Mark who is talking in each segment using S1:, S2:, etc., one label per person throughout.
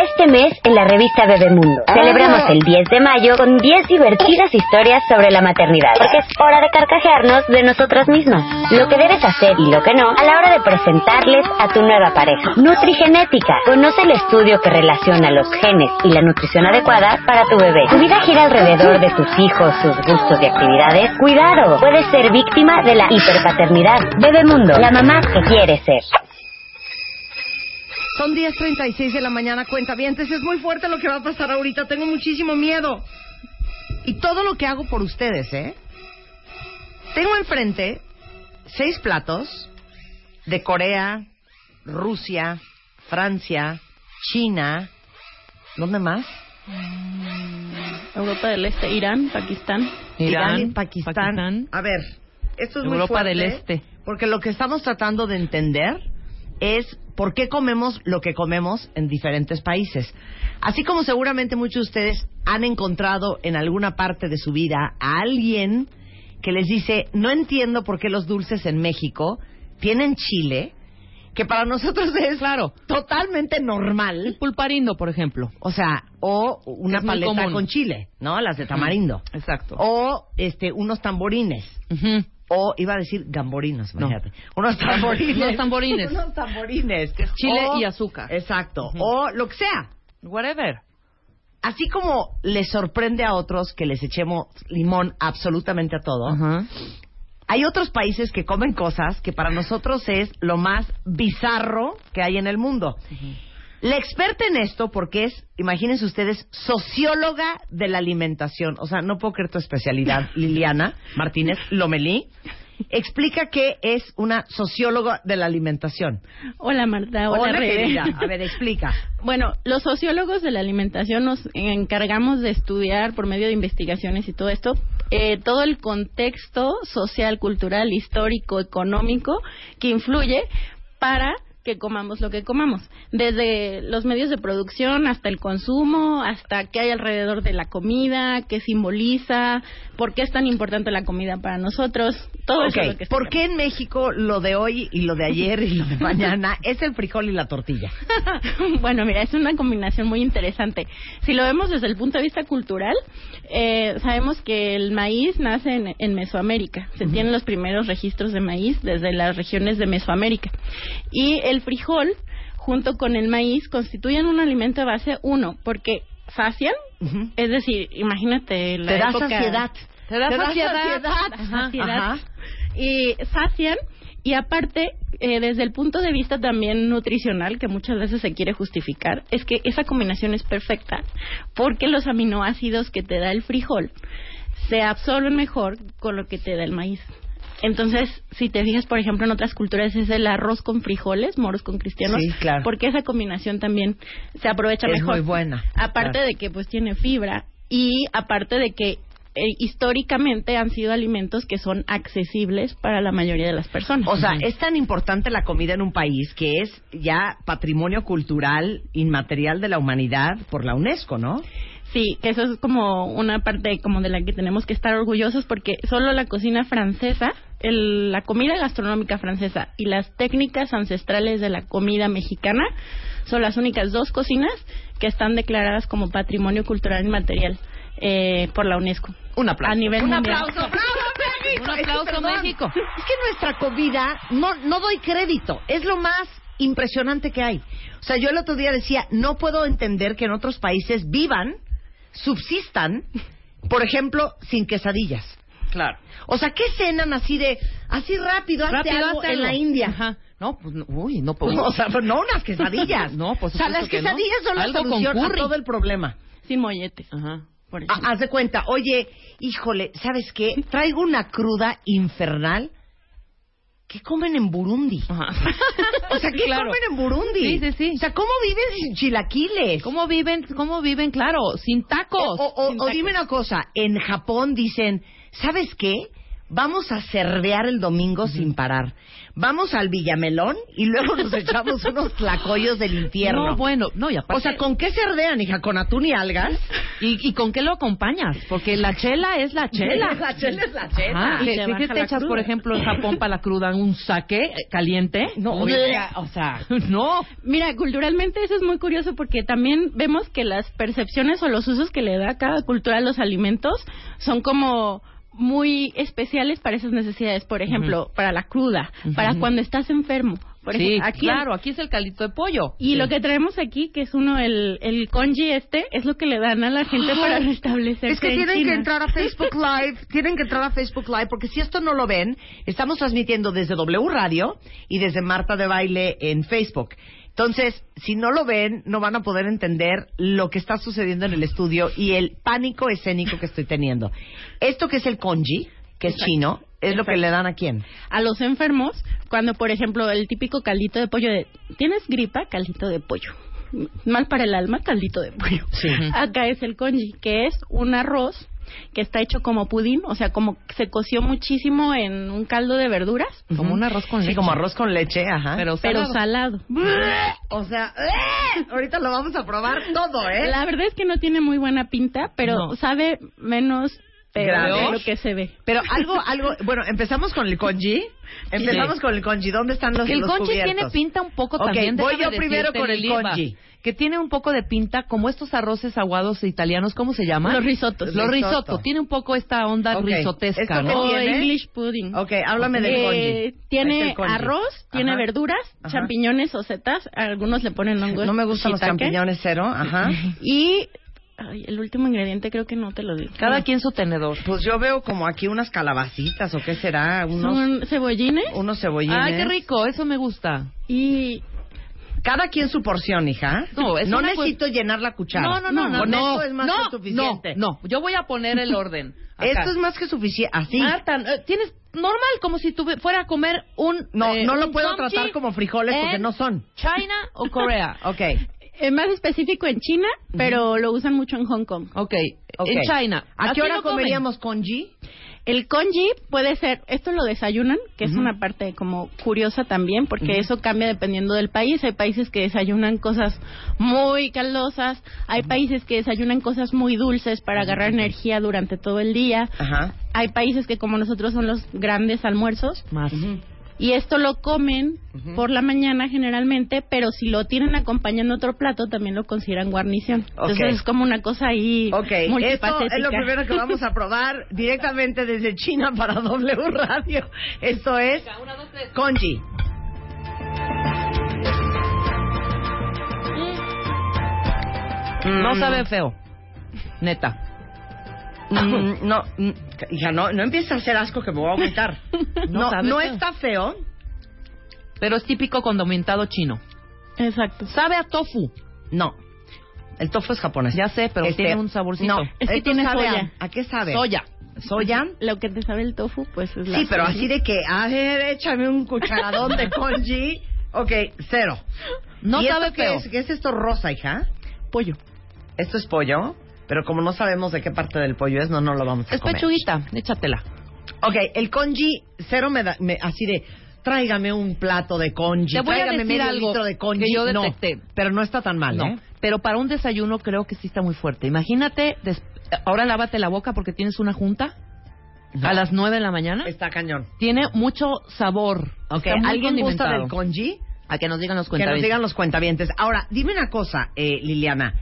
S1: Este mes en la revista Bebemundo celebramos el 10 de mayo con 10 divertidas historias sobre la maternidad, porque es hora de carcajearnos de nosotras mismas. Lo que debes hacer y lo que no a la hora de presentarles a tu nueva pareja. Nutrigenética. Conoce el estudio que relaciona los genes y la nutrición adecuada para tu bebé. Tu vida gira alrededor de tus hijos, sus gustos y actividades. Cuidado, puedes ser víctima de la hiperpaternidad. Bebemundo, la mamá que quieres ser.
S2: Son 10.36 de la mañana, cuenta vientes. Es muy fuerte lo que va a pasar ahorita. Tengo muchísimo miedo. Y todo lo que hago por ustedes, ¿eh? Tengo enfrente seis platos de Corea, Rusia, Francia, China. ¿Dónde más?
S3: Europa del Este, Irán, Pakistán.
S2: Irán, Pakistán. A ver, esto es muy
S4: Europa
S2: fuerte,
S4: del Este.
S2: Porque lo que estamos tratando de entender es por qué comemos lo que comemos en diferentes países. Así como seguramente muchos de ustedes han encontrado en alguna parte de su vida a alguien que les dice, no entiendo por qué los dulces en México tienen chile, que para nosotros es claro. totalmente normal.
S4: El pulparindo, por ejemplo.
S2: O sea, o una
S4: Es muy
S2: paleta
S4: común.
S2: con chile, ¿no? Las de tamarindo.
S4: Exacto.
S2: O este, unos tamborines.
S4: Ujú.
S2: O iba a decir gamborinos,
S4: No.
S2: imagínate. Unos tamborines.
S4: Unos tamborines.
S2: unos tamborines.
S4: Que es chile
S2: O-
S4: y azúcar.
S2: Exacto.
S4: Ujú.
S2: O lo que sea.
S4: Whatever.
S2: Así como les sorprende a otros que les echemos limón absolutamente a todo,
S4: Ajá.
S2: hay otros países que comen cosas que para nosotros es lo más bizarro que hay en el mundo. La experta en esto, porque es, imagínense ustedes, socióloga de la alimentación, o sea, no puedo creer tu especialidad, Liliana Martínez Lomelí, explica que es una socióloga de la alimentación.
S3: Hola Marta, hola, Rebe.
S2: querida. A ver, explica.
S3: Bueno, los sociólogos de la alimentación nos encargamos de estudiar por medio de investigaciones y todo esto, eh, todo el contexto social, cultural, histórico, económico que influye para que comamos lo que comamos, desde los medios de producción hasta el consumo, hasta qué hay alrededor de la comida, qué simboliza, por qué es tan importante la comida para nosotros, todo eso
S2: Ok,
S3: es lo que
S2: ¿Por
S3: estudiamos.
S2: qué en México lo de hoy y lo de ayer y lo de mañana es el frijol y la tortilla?
S3: bueno, mira, es una combinación muy interesante. Si lo vemos desde el punto de vista cultural, eh, sabemos que el maíz nace en, en Mesoamérica. Se tienen los primeros registros de maíz desde las regiones de Mesoamérica. Y el frijol, junto con el maíz, constituyen un alimento de base uno, porque sacian.
S2: Ujú.
S3: Es decir, imagínate la
S2: Te da
S3: época-
S2: saciedad.
S4: Te da saciedad.
S3: Ajá, saciedad.
S2: ajá.
S3: Y sacian. Y aparte, eh, desde el punto de vista también nutricional, que muchas veces se quiere justificar, es que esa combinación es perfecta porque los aminoácidos que te da el frijol se absorben mejor con lo que te da el maíz. Entonces, si te fijas, por ejemplo, en otras culturas es el arroz con frijoles, moros con cristianos,
S2: Sí, claro.
S3: porque esa combinación también se aprovecha
S2: Es
S3: mejor.
S2: muy buena,
S3: Aparte
S2: claro.
S3: de que pues tiene fibra y aparte de que eh, históricamente han sido alimentos que son accesibles para la mayoría de las personas.
S2: O sea, es tan importante la comida en un país que es ya patrimonio cultural inmaterial de la humanidad por la UNESCO, ¿no?
S3: Sí, que eso es como una parte como de la que tenemos que estar orgullosos porque solo la cocina francesa, el- la comida gastronómica francesa y las técnicas ancestrales de la comida mexicana son las únicas dos cocinas que están declaradas como patrimonio cultural inmaterial eh, por la UNESCO.
S2: Un aplauso.
S3: A nivel
S2: Un
S3: mundial.
S2: aplauso. ¡Bravo, México!
S4: Un aplauso,
S2: Es que, perdón,
S4: México.
S2: Es que nuestra comida, no, no doy crédito. Es lo más impresionante que hay. O sea, yo el otro día decía, no puedo entender que en otros países vivan, subsistan, por ejemplo, sin quesadillas.
S4: Claro.
S2: O sea, ¿qué cenan así de, así rápido, hazte
S4: Rápido,
S2: algo
S4: hazte
S2: en
S4: algo.
S2: la India?
S4: Ajá. No, pues, no- uy, no puedo.
S2: O sea, pues, no unas quesadillas.
S4: No, por
S2: O sea,
S4: supuesto
S2: las
S4: que no.
S2: quesadillas son la
S4: Algo con
S2: solución a
S4: curry.
S2: todo el problema.
S3: Sin molletes,
S4: Ajá.
S3: por ejemplo.
S2: Ah, haz de cuenta, oye, híjole, ¿sabes qué? Traigo una cruda infernal. ¿Qué comen en Burundi? O sea, ¿qué
S5: Claro.
S2: comen en Burundi?
S5: Sí, sí, sí.
S2: O sea, ¿cómo viven sin chilaquiles?
S5: ¿Cómo viven? ¿Cómo viven? Claro, sin tacos.
S2: O, o- o-
S5: Sin
S2: o
S5: tacos.
S2: dime una cosa, en Japón dicen, ¿sabes qué? Vamos a cerdear el domingo sin parar. Vamos al Villamelón y luego nos echamos unos tlacoyos del infierno.
S5: No, bueno, no, y aparte...
S2: o sea, ¿con qué cerdean, hija? ¿Con atún y algas?
S5: ¿Y, y con qué lo acompañas? Porque la chela es la chela.
S2: La chela es la chela.
S5: Ajá,
S3: Y
S5: ¿Qué,
S3: te
S5: qué
S3: baja
S5: te
S3: la
S5: echas,
S3: cruda.
S5: por ejemplo, en Japón para la cruda? ¿Un saque caliente?
S2: No,
S5: Oye, o sea, no.
S3: Mira, culturalmente eso es muy curioso porque también vemos que las percepciones o los usos que le da cada cultura a los alimentos son como muy especiales para esas necesidades. Por ejemplo, para la cruda, para cuando estás enfermo. Por
S5: Sí,
S3: ejemplo, aquí
S5: claro, aquí es el calito de pollo.
S3: Y lo que traemos aquí, que es uno, el, el congee este, es lo que le dan a la gente para restablecerse
S2: Es que
S3: en
S2: tienen que
S3: China.
S2: entrar a Facebook Live, tienen que entrar a Facebook Live, porque si esto no lo ven, estamos transmitiendo desde W Radio y desde Marta de Baile en Facebook. Entonces, si no lo ven, no van a poder entender lo que está sucediendo en el estudio y el pánico escénico que estoy teniendo. Esto que es el congee, que es chino, es lo que le dan a quién.
S3: a los enfermos cuando, por ejemplo, el típico caldito de pollo de, ¿tienes gripa? Caldito de pollo. M- Mal para el alma, caldito de pollo. Acá es el congee, que es un arroz que está hecho como pudín, o sea, como que se coció muchísimo en un caldo de verduras,
S5: Como un arroz con
S2: Sí,
S5: leche.
S2: como arroz con leche, ajá.
S5: Pero
S3: pero salado.
S5: salado.
S2: o sea, ¡eh! ahorita lo vamos a probar todo, ¿eh?
S3: La verdad es que no tiene muy buena pinta, pero
S5: No.
S3: sabe menos peor
S2: ¿Grave?
S3: de lo que se ve.
S2: Pero algo, algo, bueno, empezamos con el congee. Empezamos
S5: Sí.
S2: con el congee. ¿Dónde están los
S5: Que el
S2: los
S5: conchi
S2: cubiertos?
S5: tiene pinta un poco
S2: Ok,
S5: también
S2: voy
S5: déjame
S2: yo primero
S5: decirte,
S2: con el
S5: Liliva,
S2: conchi.
S5: Que tiene un poco de pinta como estos arroces aguados italianos, ¿cómo se llaman?
S3: Los risotos.
S5: Los
S2: Risotto.
S5: risotos. Tiene un poco esta onda
S2: Ok. ¿Esto qué
S5: risotesca, ¿no?
S3: O
S2: tiene?
S3: English pudding.
S2: Ok, háblame del
S3: Eh,
S2: congee. Es
S3: Tiene
S2: el congee.
S3: arroz, tiene
S2: Ajá.
S3: verduras,
S2: Ajá.
S3: champiñones o setas. Algunos le ponen hongos.
S2: No me gustan los
S3: shiitake.
S2: champiñones cero, ajá.
S3: Y ay, el último ingrediente creo que no te lo digo.
S5: Cada quien su tenedor.
S2: Pues yo veo como aquí unas calabacitas o qué será, unos,
S3: Son cebollines
S2: unos cebollines.
S5: Ay, qué rico, eso me gusta.
S3: y
S2: Cada quien su porción, hija.
S5: No, es una
S2: necesito llenar la cuchara.
S5: No, no, no, no.
S2: Con
S5: no,
S2: esto es más
S5: no,
S2: que suficiente.
S5: No, no, yo voy a poner el orden. acá.
S2: Esto es más que suficiente. Así.
S5: Ah, tan- eh, tienes normal como si tuve, fuera a comer un
S2: no,
S5: eh,
S2: no
S5: un
S2: lo puedo
S5: kimchi
S2: tratar como frijoles porque
S5: en
S2: no son.
S5: China o Corea.
S2: Ok.
S3: eh, más específico en China, pero lo usan mucho en Hong Kong.
S5: Ok,
S2: ok.
S5: en China.
S2: ¿A qué
S5: Aquí
S2: hora
S5: no comen.
S2: comeríamos congee?
S3: El congee puede ser, esto lo desayunan, que es una parte como curiosa también, porque eso cambia dependiendo del país. Hay países que desayunan cosas muy caldosas, hay países que desayunan cosas muy dulces para agarrar energía durante todo el día.
S2: Ajá.
S3: Hay países que como nosotros son los grandes almuerzos
S5: Más.
S3: y esto lo comen por la mañana generalmente, pero si lo tienen acompañando otro plato también lo consideran guarnición. Entonces
S2: Ok.
S3: es como una cosa ahí
S2: Ok, esto
S3: multifacética.
S2: es lo primero que vamos a probar directamente desde China para W Radio. Esto es Conchi.
S5: Mm. No sabe feo. Neta.
S2: Mm, no, mm, hija, no, no empieces a hacer asco que me voy a vomitar. No, no,
S5: No sabe feo.
S2: está feo.
S5: Pero es típico condimentado chino.
S3: Exacto.
S5: Sabe a tofu.
S2: No. El tofu es japonés.
S5: Ya sé, pero
S2: Este,
S5: tiene un saborcito.
S2: No,
S3: Es que
S2: esto
S3: tiene
S2: sabe a-
S3: soya.
S2: A, qué sabe?
S5: Soya.
S2: Soya.
S3: Lo que te sabe el tofu, pues es la
S2: Sí, pero así de que, a ver, échame un cucharadón de congee. Ok, cero.
S5: No
S2: ¿Y esto
S5: sabe
S2: qué
S5: feo.
S2: es? ¿Qué es esto rosa, hija?
S3: pollo.
S2: Esto es pollo, pero como no sabemos de qué parte del pollo es, no, no lo vamos a
S5: Es
S2: comer.
S5: pechuguita. Échatela.
S2: Ok, el congee, cero me da, me- así de, tráigame un plato de congee,
S5: Te voy a
S2: tráigame
S5: decir
S2: medio
S5: algo
S2: litro de congee.
S5: que yo
S2: No,
S5: detecté.
S2: pero no está tan mal,
S5: No,
S2: ¿eh?
S5: pero para un desayuno creo que sí está muy fuerte. Imagínate, des- ahora lávate la boca porque tienes una junta a las 9 de la mañana.
S2: Está cañón.
S5: Tiene mucho sabor.
S2: Ok,
S5: Está muy
S2: ¿alguien gusta
S5: condimentado.
S2: del congee?
S5: A que nos digan los
S2: Que nos
S5: cuentavientes.
S2: digan los cuentavientes. Ahora, dime una cosa, eh, Liliana.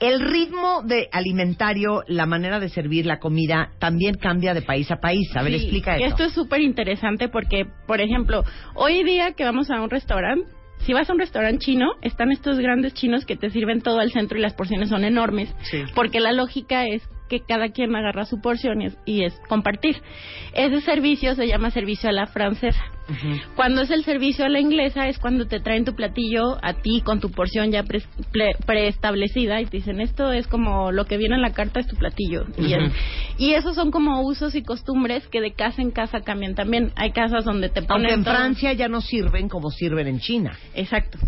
S2: ¿El ritmo de alimentario, la manera de servir la comida, también cambia de país a país? A ver,
S3: Sí,
S2: explica
S3: que
S2: eso.
S3: Esto es súper interesante porque, por ejemplo, hoy día que vamos a un restaurante, si vas a un restaurante chino, están estos grandes chinos que te sirven todo al centro y las porciones son enormes.
S2: Sí.
S3: Porque la lógica es que cada quien agarra su porción y es, y es compartir. Ese servicio se llama servicio a la francesa. Cuando es el servicio a la inglesa es cuando te traen tu platillo a ti con tu porción ya pres- ple- preestablecida y te dicen esto es como lo que viene en la carta es tu platillo. y, es- y esos son como usos y costumbres que de casa en casa cambian también. Hay casas donde te ponen...
S2: Aunque en
S3: todo-
S2: Francia ya no sirven como sirven en China.
S3: Exacto,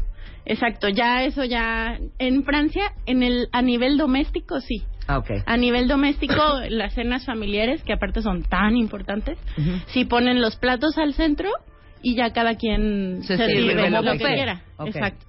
S3: exacto. Ya eso ya... En Francia, en el a nivel doméstico sí.
S2: Ah, ok.
S3: A nivel doméstico, las cenas familiares, que aparte son tan importantes,
S2: Ujú.
S3: si ponen los platos al centro y ya cada quien
S5: Se
S3: se,
S5: sirve
S3: sirve
S5: lo
S3: lo,
S5: que
S3: que
S5: quiera.
S3: quiera.
S2: Ok.
S3: Exacto.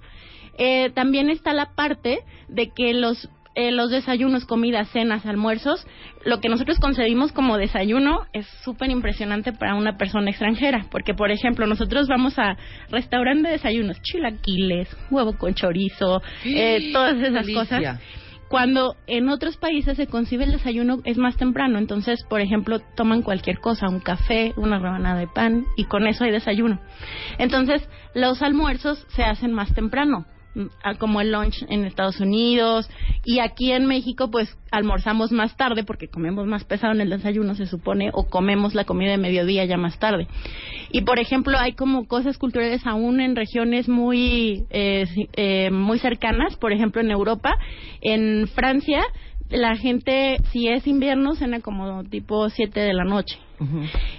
S3: Eh, también está la parte de que los eh, los desayunos, comidas, cenas, almuerzos, lo que nosotros concebimos como desayuno es súper impresionante para una persona extranjera, porque por ejemplo nosotros vamos a restaurante de desayunos, chilaquiles, huevo con chorizo, eh, todas esas
S5: Delicia.
S3: cosas cuando en otros países se concibe el desayuno es más temprano, entonces, por ejemplo, toman cualquier cosa, un café, una rebanada de pan y con eso hay desayuno. Entonces, los almuerzos se hacen más temprano, mm, ah, como el lunch en Estados Unidos y aquí en México pues almorzamos más tarde porque comemos más pesado en el desayuno se supone o comemos la comida de mediodía ya más tarde. Y por ejemplo, hay como cosas culturales aún en regiones muy eh, si- eh, muy cercanas, por ejemplo en Europa, en Francia la gente si es invierno cena como tipo 7 de la noche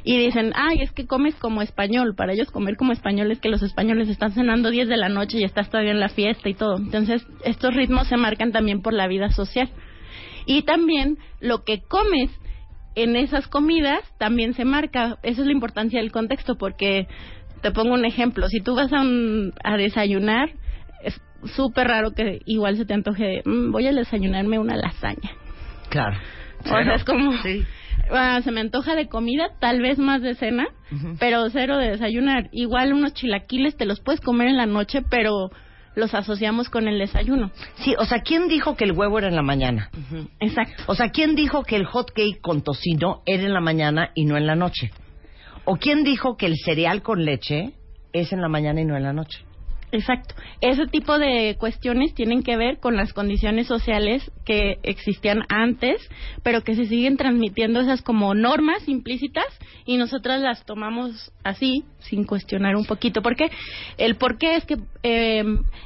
S3: y dicen, ay, es que comes como español. Para ellos comer como español es que los españoles están cenando 10 de la noche y estás todavía en la fiesta y todo. Entonces, estos ritmos se marcan también por la vida social. Y también lo que comes en esas comidas también se marca. Esa es la importancia del contexto porque, te pongo un ejemplo, si tú vas a, un- a desayunar, es súper raro que igual se te antoje, "Mm, voy a desayunarme una lasaña.
S2: Claro.
S3: O sea, es como...
S2: Sí.
S3: Ah, se me antoja de comida, tal vez más de cena, pero cero de desayunar. Igual unos chilaquiles te los puedes comer en la noche, pero los asociamos con el desayuno.
S2: Sí, o sea, ¿quién dijo que el huevo era en la mañana?
S3: Exacto.
S2: O sea, ¿quién dijo que el hot cake con tocino era en la mañana y no en la noche? ¿O quién dijo que el cereal con leche es en la mañana y no en la noche?
S3: Exacto. Ese tipo de cuestiones tienen que ver con las condiciones sociales que existían antes, pero que se siguen transmitiendo esas como normas implícitas y nosotras las tomamos así, sin cuestionar un poquito. Porque el por qué es que, eh,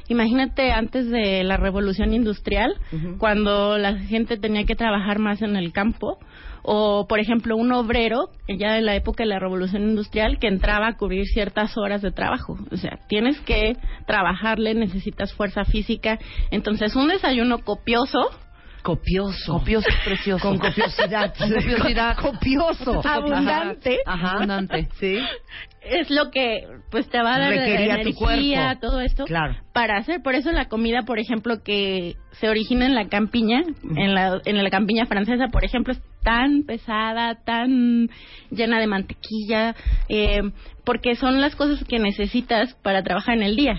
S3: imagínate antes de la revolución industrial, cuando la gente tenía que trabajar más en el campo, o, por ejemplo, un obrero, ya en la época de la Revolución Industrial, que entraba a cubrir ciertas horas de trabajo. O sea, tienes que trabajarle, necesitas fuerza física. Entonces, un desayuno copioso,
S2: Copioso.
S5: Copioso es precioso.
S2: Con copiosidad.
S5: Copiosidad.
S2: Copioso.
S3: abundante,
S5: Ajá, abundante.
S2: Sí.
S3: es lo que pues te va a dar
S2: Requería tu
S3: energía,
S2: cuerpo.
S3: todo esto.
S2: Claro.
S3: para hacer. Por eso la comida, por ejemplo, que se origina en la campiña, en la, en la campiña francesa, por ejemplo, es tan pesada, tan llena de mantequilla, eh, porque son las cosas que necesitas para trabajar en el día.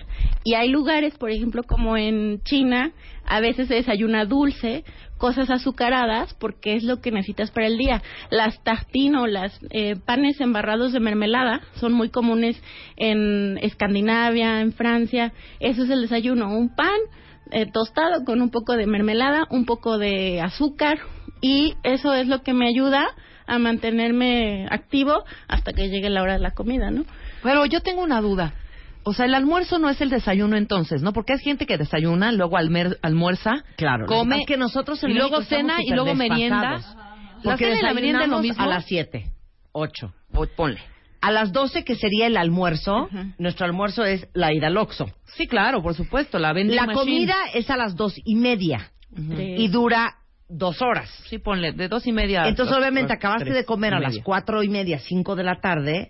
S3: Y hay lugares, por ejemplo, como en China, a veces se desayuna dulce, cosas azucaradas, porque es lo que necesitas para el día. Las tartín o las eh, panes embarrados de mermelada son muy comunes en Escandinavia, en Francia. Eso es el desayuno, un pan eh, tostado con un poco de mermelada, un poco de azúcar y eso es lo que me ayuda a mantenerme activo hasta que llegue la hora de la comida, ¿no?
S5: Pero yo tengo una duda. O sea, el almuerzo no es el desayuno entonces, ¿no? Porque hay gente que desayuna, luego almer- almuerza,
S2: Claro.
S5: come,
S2: Es que nosotros en
S5: y luego
S2: México estamos
S5: cena y
S2: súper
S5: luego merienda.
S2: desfasados.
S5: La
S2: Porque
S5: cena y la merienda es lo
S2: desayunamos
S5: mismo.
S2: A las 7, 8.
S5: O- ponle.
S2: A las 12, que sería el almuerzo,
S3: Ajá.
S2: nuestro almuerzo es la ida al Oxxo.
S5: Sí, claro, por supuesto, la vending
S2: La
S5: machine.
S2: comida es a las dos y media
S3: De-
S2: y dura dos horas.
S5: Sí, ponle, de dos y media.
S2: Entonces,
S5: a-
S2: obviamente,
S5: a-
S2: acabaste
S5: tres
S2: de comer
S5: y
S2: a las
S5: media.
S2: cuatro y media, cinco de la tarde.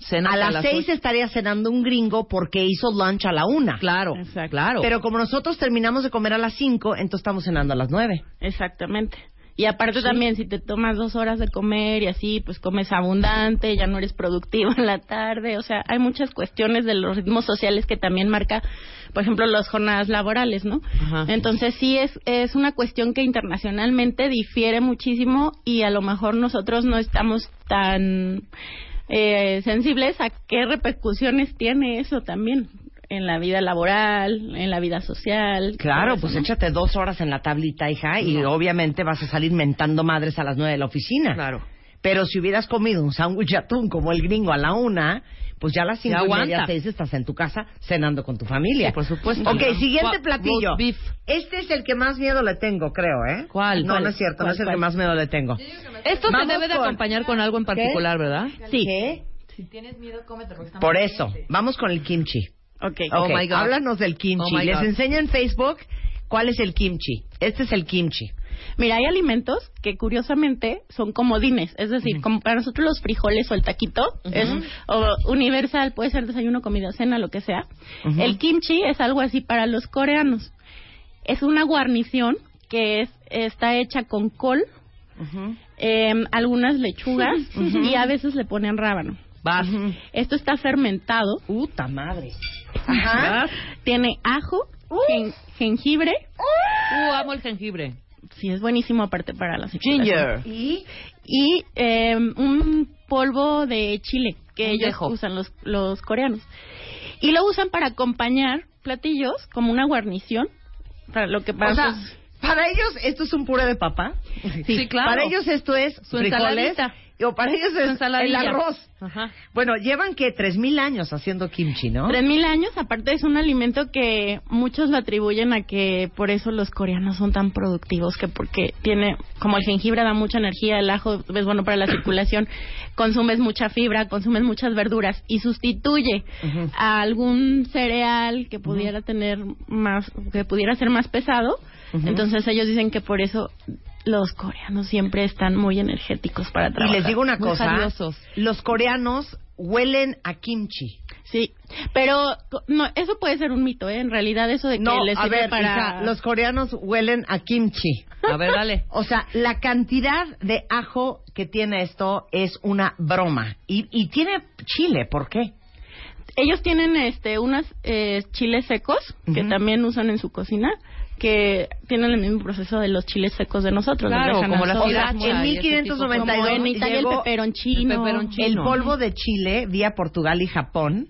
S5: Cenas
S2: A las seis
S5: ocho.
S2: estaría cenando un gringo porque hizo lunch a la una.
S5: Claro,
S3: Exacto.
S5: claro.
S2: Pero como nosotros terminamos de comer a las cinco, entonces estamos cenando a las nueve.
S3: Exactamente. Y aparte también, si te tomas dos horas de comer y así, pues comes abundante, ya no eres productivo en la tarde. O sea, hay muchas cuestiones de los ritmos sociales que también marca, por ejemplo, las jornadas laborales, ¿no?
S5: Ajá.
S3: Entonces sí es, es una cuestión que internacionalmente difiere muchísimo y a lo mejor nosotros no estamos tan eh, sensibles a qué repercusiones tiene eso también. en la vida laboral, en la vida social.
S2: Claro,
S3: todo eso,
S2: pues
S3: ¿no?
S2: échate dos horas en la tablita, hija, y obviamente vas a salir mentando madres a las nueve de la oficina.
S5: Claro.
S2: Pero si hubieras comido un sándwich de atún como el gringo a la una, pues ya a las cinco y
S5: aguanta.
S2: media, seis estás en tu casa cenando con tu familia.
S5: Sí, por supuesto.
S2: Ok,
S5: Claro.
S2: siguiente
S5: Roast
S2: platillo.
S5: beef.
S2: Este es el que más miedo le tengo, creo, ¿eh?
S5: ¿Cuál?
S2: No,
S5: ¿Cuál?
S2: no es cierto, no
S5: ¿Cuál,
S2: es el
S5: cuál?
S2: que más miedo le tengo.
S5: Esto
S2: Vamos
S5: se debe de
S2: con-
S5: acompañar con algo en particular, ¿verdad?
S3: Sí.
S2: ¿Qué?
S4: está
S2: Por eso, vamos con el kimchi.
S3: Ok.
S2: Ok,
S5: Oh my God.
S2: háblanos del kimchi.
S5: Oh my
S2: Les
S5: God.
S2: enseño en Facebook cuál es el kimchi. Este es el kimchi.
S3: Mira, hay alimentos que curiosamente son comodines, es decir, como para nosotros los frijoles o el taquito es o universal, puede ser desayuno, comida, cena, lo que sea.
S2: Ujú.
S3: El kimchi es algo así para los coreanos. Es una guarnición que es está hecha con col, em, algunas lechugas y a veces le ponen rábano.
S2: Vas.
S3: Esto está fermentado,
S2: Puta madre.
S3: tiene ajo, gen- jengibre,
S5: Uh, amo el jengibre.
S3: sí es buenísimo aparte para las explicaciones.
S5: Ginger.
S2: Y
S3: y eh, un polvo de chile que ellos
S5: Añejo.
S3: usan los, los coreanos. Y lo usan para acompañar platillos como una guarnición. Para lo que para
S2: o sea,
S3: sus-
S2: para ellos esto es un puré de papa.
S5: Sí, claro.
S2: Para ellos esto es
S5: Su
S2: frijoles.
S5: ensaladita.
S2: Y- O para ellos es el
S5: ensaladilla.
S2: arroz.
S5: Ajá.
S2: Bueno, llevan que tres mil años haciendo kimchi, ¿no?
S3: Tres mil años, aparte es un alimento que muchos lo atribuyen a que por eso los coreanos son tan productivos, que porque tiene, como el jengibre da mucha energía, el ajo es bueno para la circulación, consumes mucha fibra, consumes muchas verduras y sustituye a algún cereal que pudiera tener más, que pudiera ser más pesado. Entonces ellos dicen que por eso los coreanos siempre están muy energéticos para
S2: Y
S3: trabajar.
S2: les digo una
S5: Muy
S2: cosa.
S5: sabiosos.
S2: Los coreanos huelen a kimchi.
S3: Sí, pero co- no, eso puede ser un mito, ¿eh? En realidad eso de que
S2: No,
S3: les
S2: a
S3: sirve
S2: ver,
S3: para...
S2: hija, los coreanos huelen a kimchi.
S5: A ver, dale.
S2: O sea, la cantidad de ajo que tiene esto es una broma. Y, y tiene chile, ¿por qué?
S3: Ellos tienen este unas eh, chiles secos que
S2: Ujú.
S3: también usan en su cocina que tienen el mismo proceso de los chiles secos de nosotros.
S5: Claro,
S3: los dejan
S5: como
S3: al
S5: las
S3: sol.
S2: O sea,
S5: Mira,
S2: en
S5: y ese tipo de-
S3: como
S2: 1092
S3: en Italia el
S2: llegó
S3: peperoncino.
S5: el peperoncino.
S2: el
S5: No.
S2: polvo de Chile vía Portugal y Japón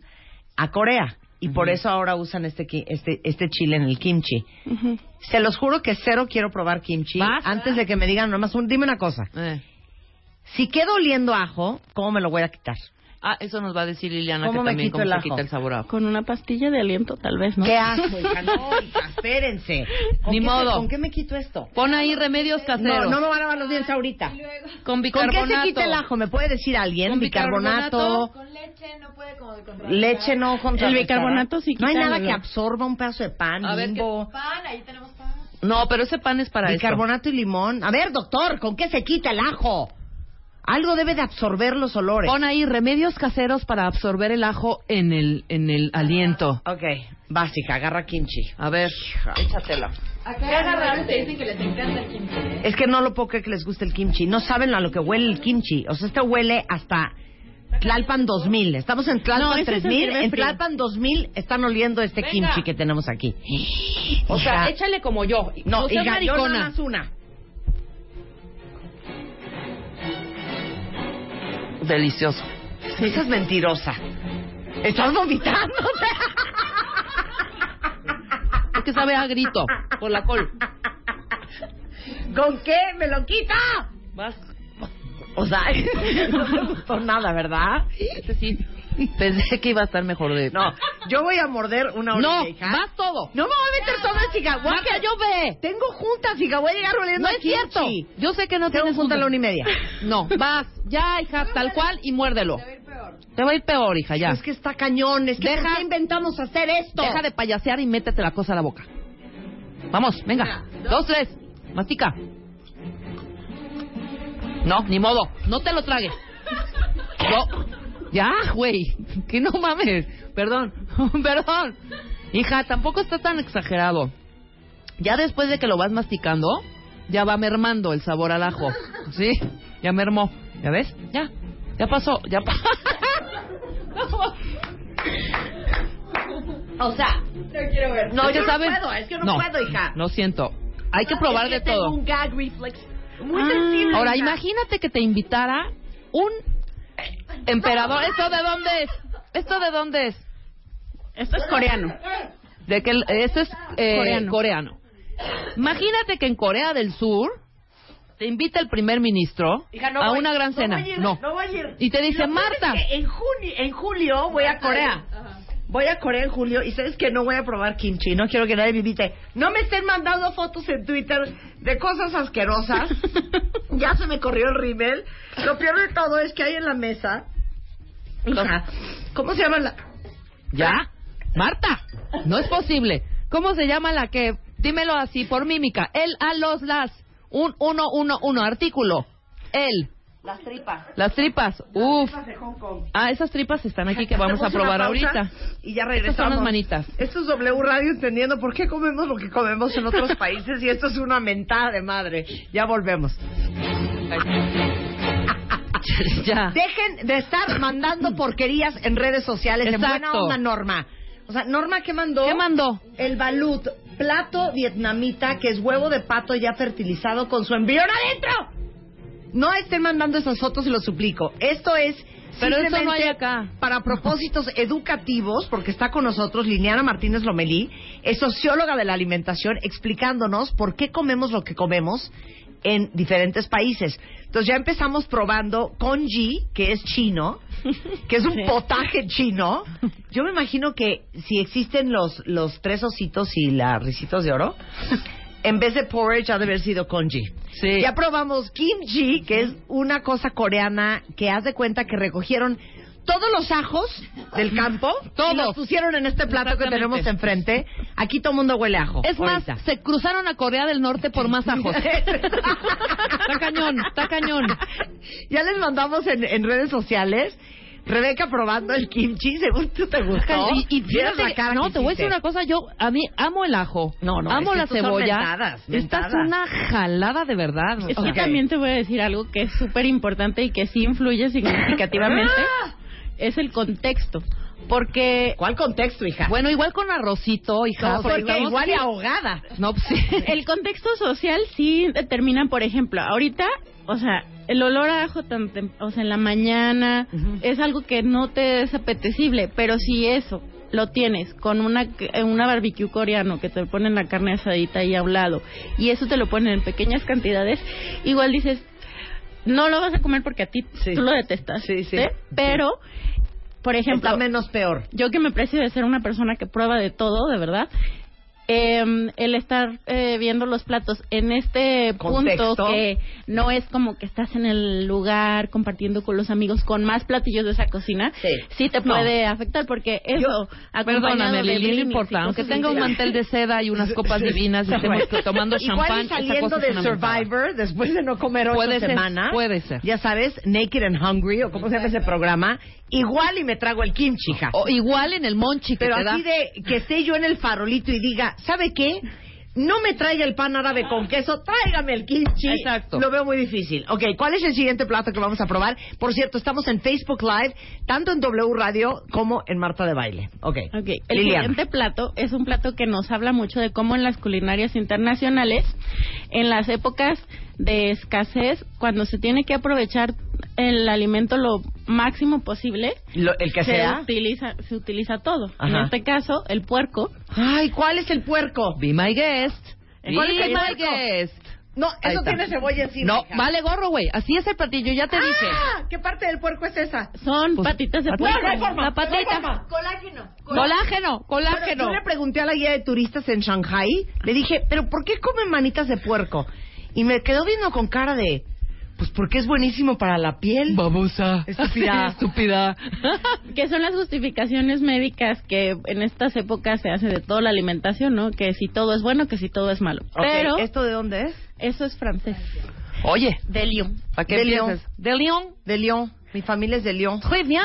S2: a Corea. Y por eso ahora usan este, ki- este, este chile en el kimchi.
S3: Ujú.
S2: Se los juro que cero quiero probar kimchi.
S5: Vas.
S2: Antes de que me digan nomás, un, dime una cosa.
S5: Eh.
S2: Si quedo oliendo a ajo, ¿cómo me lo voy a quitar?
S5: Ah, eso nos va a decir Liliana
S2: ¿Cómo
S5: que
S2: me
S5: también
S2: quito
S5: cómo
S2: el
S5: se
S2: ajo?
S5: quita el sabor a ajo.
S3: Con una pastilla de aliento tal vez, ¿no?
S2: ¿Qué asco, hija? No, hija, espérense. ¿Con
S5: Ni
S2: qué me-
S5: modo.
S2: ¿Con qué me quito esto?
S5: Pon ahí remedios
S2: No,
S5: caseros.
S2: no me van a lavar los dientes ahorita.
S5: Con
S2: ¿Con
S5: bicarbonato.
S2: qué se quita el ajo? ¿Me puede decir alguien?
S5: Con
S2: bicarbonato.
S5: bicarbonato.
S6: Con leche no puede como de contra-
S2: Leche no contra
S3: El bicarbonato sí
S2: No hay
S3: quita el
S2: nada que
S3: olor.
S2: absorba un pedazo de pan,
S5: A ver,
S2: Bimbo.
S6: Pan, ahí tenemos pan.
S5: No, pero ese pan es para
S2: bicarbonato y limón. A ver, doctor, ¿con qué se quita el ajo? Algo debe de absorber los olores.
S5: esto. Pon ahí remedios caseros para absorber el ajo en el, en el aliento.
S2: Ok, básica, agarra kimchi.
S5: A ver, échatelo.
S6: Acá agarraron, te dicen que les encanta el kimchi.
S2: Es que no lo puedo creer que les guste el kimchi. No saben a lo que huele el kimchi. O sea, este huele hasta Tlalpan 2000. Estamos en
S3: No,
S2: Tlalpan
S3: ese se
S2: 3000.
S3: sirve
S2: En
S3: frío.
S2: Tlalpan 2000 están oliendo este
S5: Venga.
S2: kimchi que tenemos aquí.
S5: O sea,
S2: Hija.
S5: échale como yo.
S2: No,
S5: seas
S2: hija, yo
S5: maricona.
S2: nada más una.
S5: Delicioso.
S2: Esa es mentirosa. Estás vomitando.
S5: Es que sabe a grito por la col.
S2: ¿Con qué me lo quita?
S5: Vas.
S2: O sea, no te gustó nada, ¿verdad?
S5: Este sí. Pensé que iba a estar mejor de.
S2: No, yo voy a morder una orilla,
S5: no,
S2: hija.
S5: vas todo.
S2: No me voy a meter toda, chica. Voy a
S5: Marta,
S2: quedar-
S5: yo ve.
S2: Tengo juntas, hija. Voy a llegar oliendo
S5: No
S2: a
S5: es cierto.
S2: kimchi.
S5: Yo sé que no
S2: Tengo
S5: tienes
S2: junta a la
S5: un-
S2: una y media.
S5: No, vas, ya, hija, tal cual y muérdelo.
S6: A ver, peor.
S5: Te va a ir peor, hija, ya.
S2: Es que está cañón. Es que
S5: Deja-
S2: ¿por qué inventamos hacer esto?
S5: Deja de payasear y métete la cosa a la boca. Vamos, venga. Dos, tres. Mastica. No, ni modo. No te lo tragues. No. Ya, güey. Que no mames. Perdón. Perdón. Hija, tampoco está tan exagerado. Ya después de que lo vas masticando, ya va mermando el sabor al ajo. ¿Sí? Ya mermó. ¿Ya ves? Ya. Ya pasó. Ya pasó.
S2: O sea,
S6: No quiero ver.
S2: no, yo
S5: que saben-
S2: no puedo. Es que no, puedo, hija.
S5: Lo siento. Hay que probar
S2: Es que
S5: de
S2: tengo
S5: todo. Ah.
S2: un gag reflex muy sensible.
S5: Ahora,
S2: hija.
S5: imagínate que te invitara un emperador. ¿Esto de dónde es? ¿Esto de dónde es?
S3: Esto es coreano.
S5: De que el- esto es eh, coreano.
S3: Coreano.
S5: Imagínate que en Corea del Sur te invita el primer ministro
S2: Hija, no
S5: a
S2: voy-
S5: una gran cena.
S2: No, voy a ir,
S5: no.
S2: no voy a ir.
S5: Y te dice,
S2: lo peor es
S5: Marta.
S2: que En, junio, en julio voy a Corea. Voy a Corea en julio y sabes que no voy a probar kimchi, no quiero que nadie me invite. No me estén mandando fotos en Twitter de cosas asquerosas. ya se me corrió el rímel. Lo peor de todo es que hay en la mesa. Hija, ¿cómo se llama la.?
S5: ¿Ya? Marta, no es posible. ¿Cómo se llama la que? Dímelo así, por mímica. El, a, los, las. Un, uno, uno, uno. Artículo. El.
S2: Las tripas.
S5: Las tripas. Uf.
S2: de Hong Kong.
S5: Ah, esas tripas están aquí que vamos a
S2: Hacemos una
S5: probar
S2: pausa
S5: ahorita.
S2: Y ya regresamos.
S5: Estas son las manitas.
S2: Esto es W Radio entendiendo por qué comemos lo que comemos en otros países y esto es una mentada de madre. Ya volvemos.
S5: ya.
S2: Dejen de estar mandando porquerías en redes sociales. En buena
S5: Exacto.
S2: onda, Norma. O sea, Norma, ¿qué mandó?
S5: ¿Qué mandó?
S2: El balut, plato vietnamita que es huevo de pato ya fertilizado con su embrión adentro. No estén mandando esas fotos, se lo suplico. Esto es
S5: Pero eso no
S2: simplemente
S5: hay acá.
S2: para propósitos educativos, porque está con nosotros Liliana Martínez Lomelí, es socióloga de la alimentación, explicándonos por qué comemos lo que comemos en diferentes países. Entonces ya empezamos probando congee, que es chino, que es un
S3: Sí.
S2: potaje chino. Yo me imagino que si existen los, los tres ositos y las risitos de oro, en vez de porridge ha de haber sido congee.
S5: Sí.
S2: Ya probamos kimchi, que es una cosa coreana que haz de cuenta que recogieron todos los ajos del campo
S5: Todos.
S2: y los pusieron en este plato que
S5: Exactamente.
S2: tenemos enfrente. Aquí todo el mundo huele a ajo.
S5: Es más,
S2: ahorita.
S5: se cruzaron a Corea del Norte por más ajos. está cañón, está cañón.
S2: ya les mandamos en, en redes sociales. Rebeca probando el kimchi, según tú te gustó.
S5: Y, y
S2: Vieras
S5: fíjate,
S2: la cara
S5: no,
S2: que
S5: te voy a decir
S2: hiciste.
S5: una cosa, yo a mí amo el ajo,
S2: No, no, es
S5: amo
S2: que
S5: la
S2: estos son
S5: cebolla.
S2: mentadas,
S5: Esta
S2: mentadas.
S5: es una jalada de verdad.
S3: Es
S5: O
S3: que
S5: sea,
S3: también te voy a decir algo que es súper importante y que sí influye significativamente.
S2: ¡Ah!
S3: es el contexto. Porque,
S2: ¿Cuál contexto, hija?
S5: Bueno, igual con arrocito, hija,
S2: No,
S5: porque
S2: porque
S5: estamos-
S2: igual y ahogada.
S5: No, pues, sí.
S3: el contexto social sí determina, por ejemplo, ahorita, o sea, el olor a ajo tan tem- o sea, en la mañana
S2: Ujú.
S3: es algo que no te es apetecible, pero si eso lo tienes con una en una barbecue coreano que te ponen la carne asadita ahí a un lado y eso te lo ponen en pequeñas cantidades, igual dices no lo vas a comer porque a ti
S2: Sí.
S3: tú lo detestas,
S2: Sí, sí.
S3: ¿sí? pero por
S2: Está
S3: ejemplo,
S2: menos peor.
S3: yo que me precio de ser una persona que prueba de todo, de verdad, em, el estar eh, viendo los platos en este
S2: Contexto.
S3: punto que no es como que estás en el lugar compartiendo con los amigos con más platillos de esa cocina,
S2: Sí.
S3: sí, te
S2: No.
S3: puede afectar porque eso, acompañado
S5: Perdóname,
S3: de
S5: Lili, no
S3: blinis y
S5: importa. Aunque
S3: cosas
S5: tenga un
S3: así.
S5: mantel de seda y unas copas divinas y estemos tomando
S2: Igual
S5: champán,
S2: y
S5: esa
S2: saliendo
S5: cosa es
S2: de
S5: una mentada.
S2: Survivor, después de no comer ocho
S5: Puede ser,
S2: semanas.
S5: puede ser.
S2: Ya sabes, Naked and Hungry, o como se llama ese programa. Igual y me trago el kimchi, hija.
S5: O igual en el monchi que
S2: Pero
S5: Oh, te da.
S2: así de que esté yo en el farolito y diga, ¿sabe qué? No me traiga el pan árabe con queso, tráigame el kimchi.
S5: Exacto.
S2: Lo veo muy difícil. Ok, ¿cuál es el siguiente plato que vamos a probar? Por cierto, estamos en Facebook Live, tanto en W Radio como en Marta de Baile. Ok.
S3: Ok, el
S2: Liliana.
S3: siguiente plato es un plato que nos habla mucho de cómo en las culinarias internacionales, en las épocas de escasez, cuando se tiene que aprovechar el alimento lo máximo posible,
S2: Lo- el que
S3: se
S2: sea.
S3: utiliza se utiliza todo.
S2: Ajá.
S3: En este caso, el puerco.
S2: Ay, ¿cuál es el puerco?
S5: Be my guest. Be
S2: ¿Cuál es el
S5: my
S2: puerco?
S5: guest.
S2: No,
S5: Ahí
S2: eso
S5: está.
S2: tiene cebolla encima.
S5: No,
S2: hija. ¡Ah!
S5: vale gorro, güey. Así es el platillo, ya te dije.
S2: ¿Qué parte del puerco es esa?
S3: Son
S5: Pues,
S3: patitas de
S5: pat-
S3: puerco.
S5: No, no hay forma,
S3: La patita.
S6: Colágeno.
S5: Colágeno,
S2: Bueno,
S5: colágeno.
S2: yo le pregunté a la guía de turistas en Shanghai, le dije, ¿pero por qué comen manitas de puerco? Y me quedó viendo con cara de, pues porque es buenísimo para la piel.
S5: Babosa.
S2: Estúpida.
S5: Estúpida.
S3: que son las justificaciones médicas que en estas épocas se hace de toda la alimentación, ¿no? Que si todo es bueno, que si todo es malo.
S2: Ok,
S3: Pero
S2: ¿esto de dónde es?
S3: eso es francés.
S5: Oye,
S3: De Lyon.
S5: ¿para qué
S2: De Lyon.
S5: piensas? De Lyon.
S2: De Lyon. Mi familia es de Lyon.
S5: Très bien,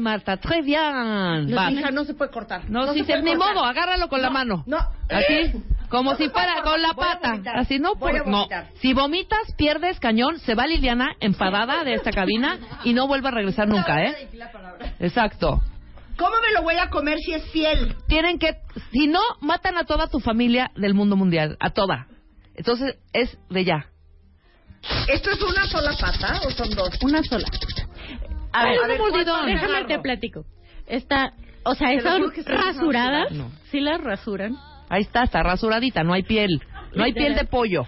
S5: Marta, très bien. Va.
S2: Hija, no se puede cortar.
S5: No, si
S2: se
S5: se,
S2: puede
S5: ni
S2: cortar.
S5: modo, agárralo con la mano.
S2: no.
S5: Así, como
S2: No
S5: si
S2: se
S5: fuera
S2: puede
S5: con la
S2: voy a
S5: pata.
S2: vomitar.
S5: Así no,
S2: Voy a
S5: por- no.
S2: vomitar.
S5: Si vomitas, pierdes cañón, se va Liliana enfadada de esta cabina y no vuelve a regresar nunca, ¿eh? Exacto.
S2: ¿Cómo me lo voy a comer si es fiel?
S5: Tienen que, si no, matan a toda tu familia del mundo mundial, a toda. Entonces, es de ya.
S2: ¿Esto es una sola pata o son dos?
S3: Una sola.
S5: A ver,
S3: Ay,
S5: a ver,
S3: un mordidón.
S5: ¿cuánto le
S3: Déjame
S5: agarro?
S3: te platico. Está, o sea,
S6: Te lo
S3: son
S6: juro que están
S3: rasuradas,
S5: rasuradas. No.
S3: sí las rasuran.
S5: Ahí está, está rasuradita, no hay piel. No hay piel de pollo.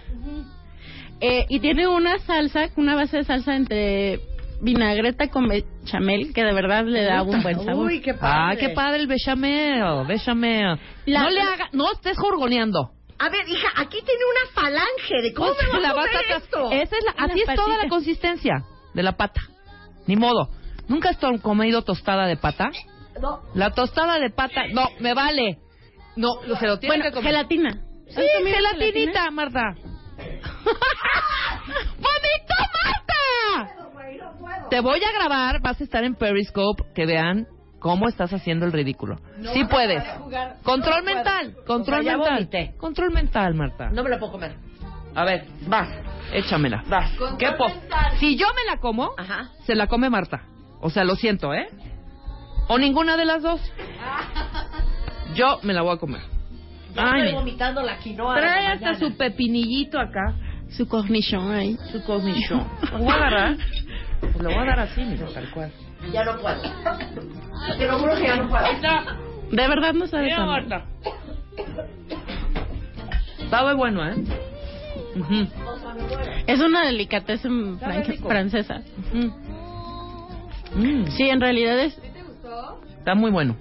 S3: Eh, y tiene una salsa, una base de salsa entre vinagreta con bechamel que de verdad le da un buen sabor.
S2: Uy, qué
S5: Ah,
S2: padre.
S5: qué padre el bechamel, bechamel.
S3: La-
S5: No le haga, no estés jorgoneando.
S2: A ver, hija, aquí tiene una falange de cómo
S5: O sea,
S2: me
S5: la
S2: vas a
S5: vas a
S2: comer
S5: cas-
S2: esto.
S5: Esa es la-
S3: Una
S5: así es toda
S3: patita.
S5: la consistencia de la pata. Ni modo. ¿Nunca has to- comido tostada de pata?
S6: No.
S5: La tostada de pata, no, me vale. No, lo- se lo tienes
S3: Bueno,
S5: que comer.
S3: gelatina. ¿Has
S5: Sí,
S3: comido
S5: gelatinita, Marta. ¡Bonito, Marta! Te voy a grabar, vas a estar en Periscope, que vean cómo estás haciendo el ridículo.
S6: No
S5: sí
S6: vas a
S5: puedes.
S6: poder jugar.
S5: Control
S6: No puedo.
S5: mental, control
S2: O sea, ya
S5: mental.
S2: vomité.
S5: Control mental, Marta.
S2: No me lo puedo comer.
S5: A ver, vas, échamela. Vas.
S6: Control
S5: ¿Qué po-
S6: mental.
S5: Si yo me la como,
S2: Ajá.
S5: se la come Marta. O sea, lo siento, ¿eh? O ninguna de las dos. Yo me la voy a comer.
S2: Ya
S5: Ay.
S2: estoy vomitando la quinoa. de la
S5: Trae hasta
S2: mañana.
S5: su pepinillito acá,
S3: gelatina? Su cornichón ahí.
S5: su cognición. Lo voy a agarrar. Pues lo voy a dar así, mira, tal cual.
S2: Ya no puedo. Te lo juro que ya no puedo.
S3: De verdad no sabe tan mal.
S5: Marta. Sabe bueno, ¿eh? Ujú.
S3: Es una delicatessen
S5: Sabe
S3: franque-
S5: rico.
S3: francesa.
S5: Mm.
S3: Sí, en realidad es
S5: Está muy bueno.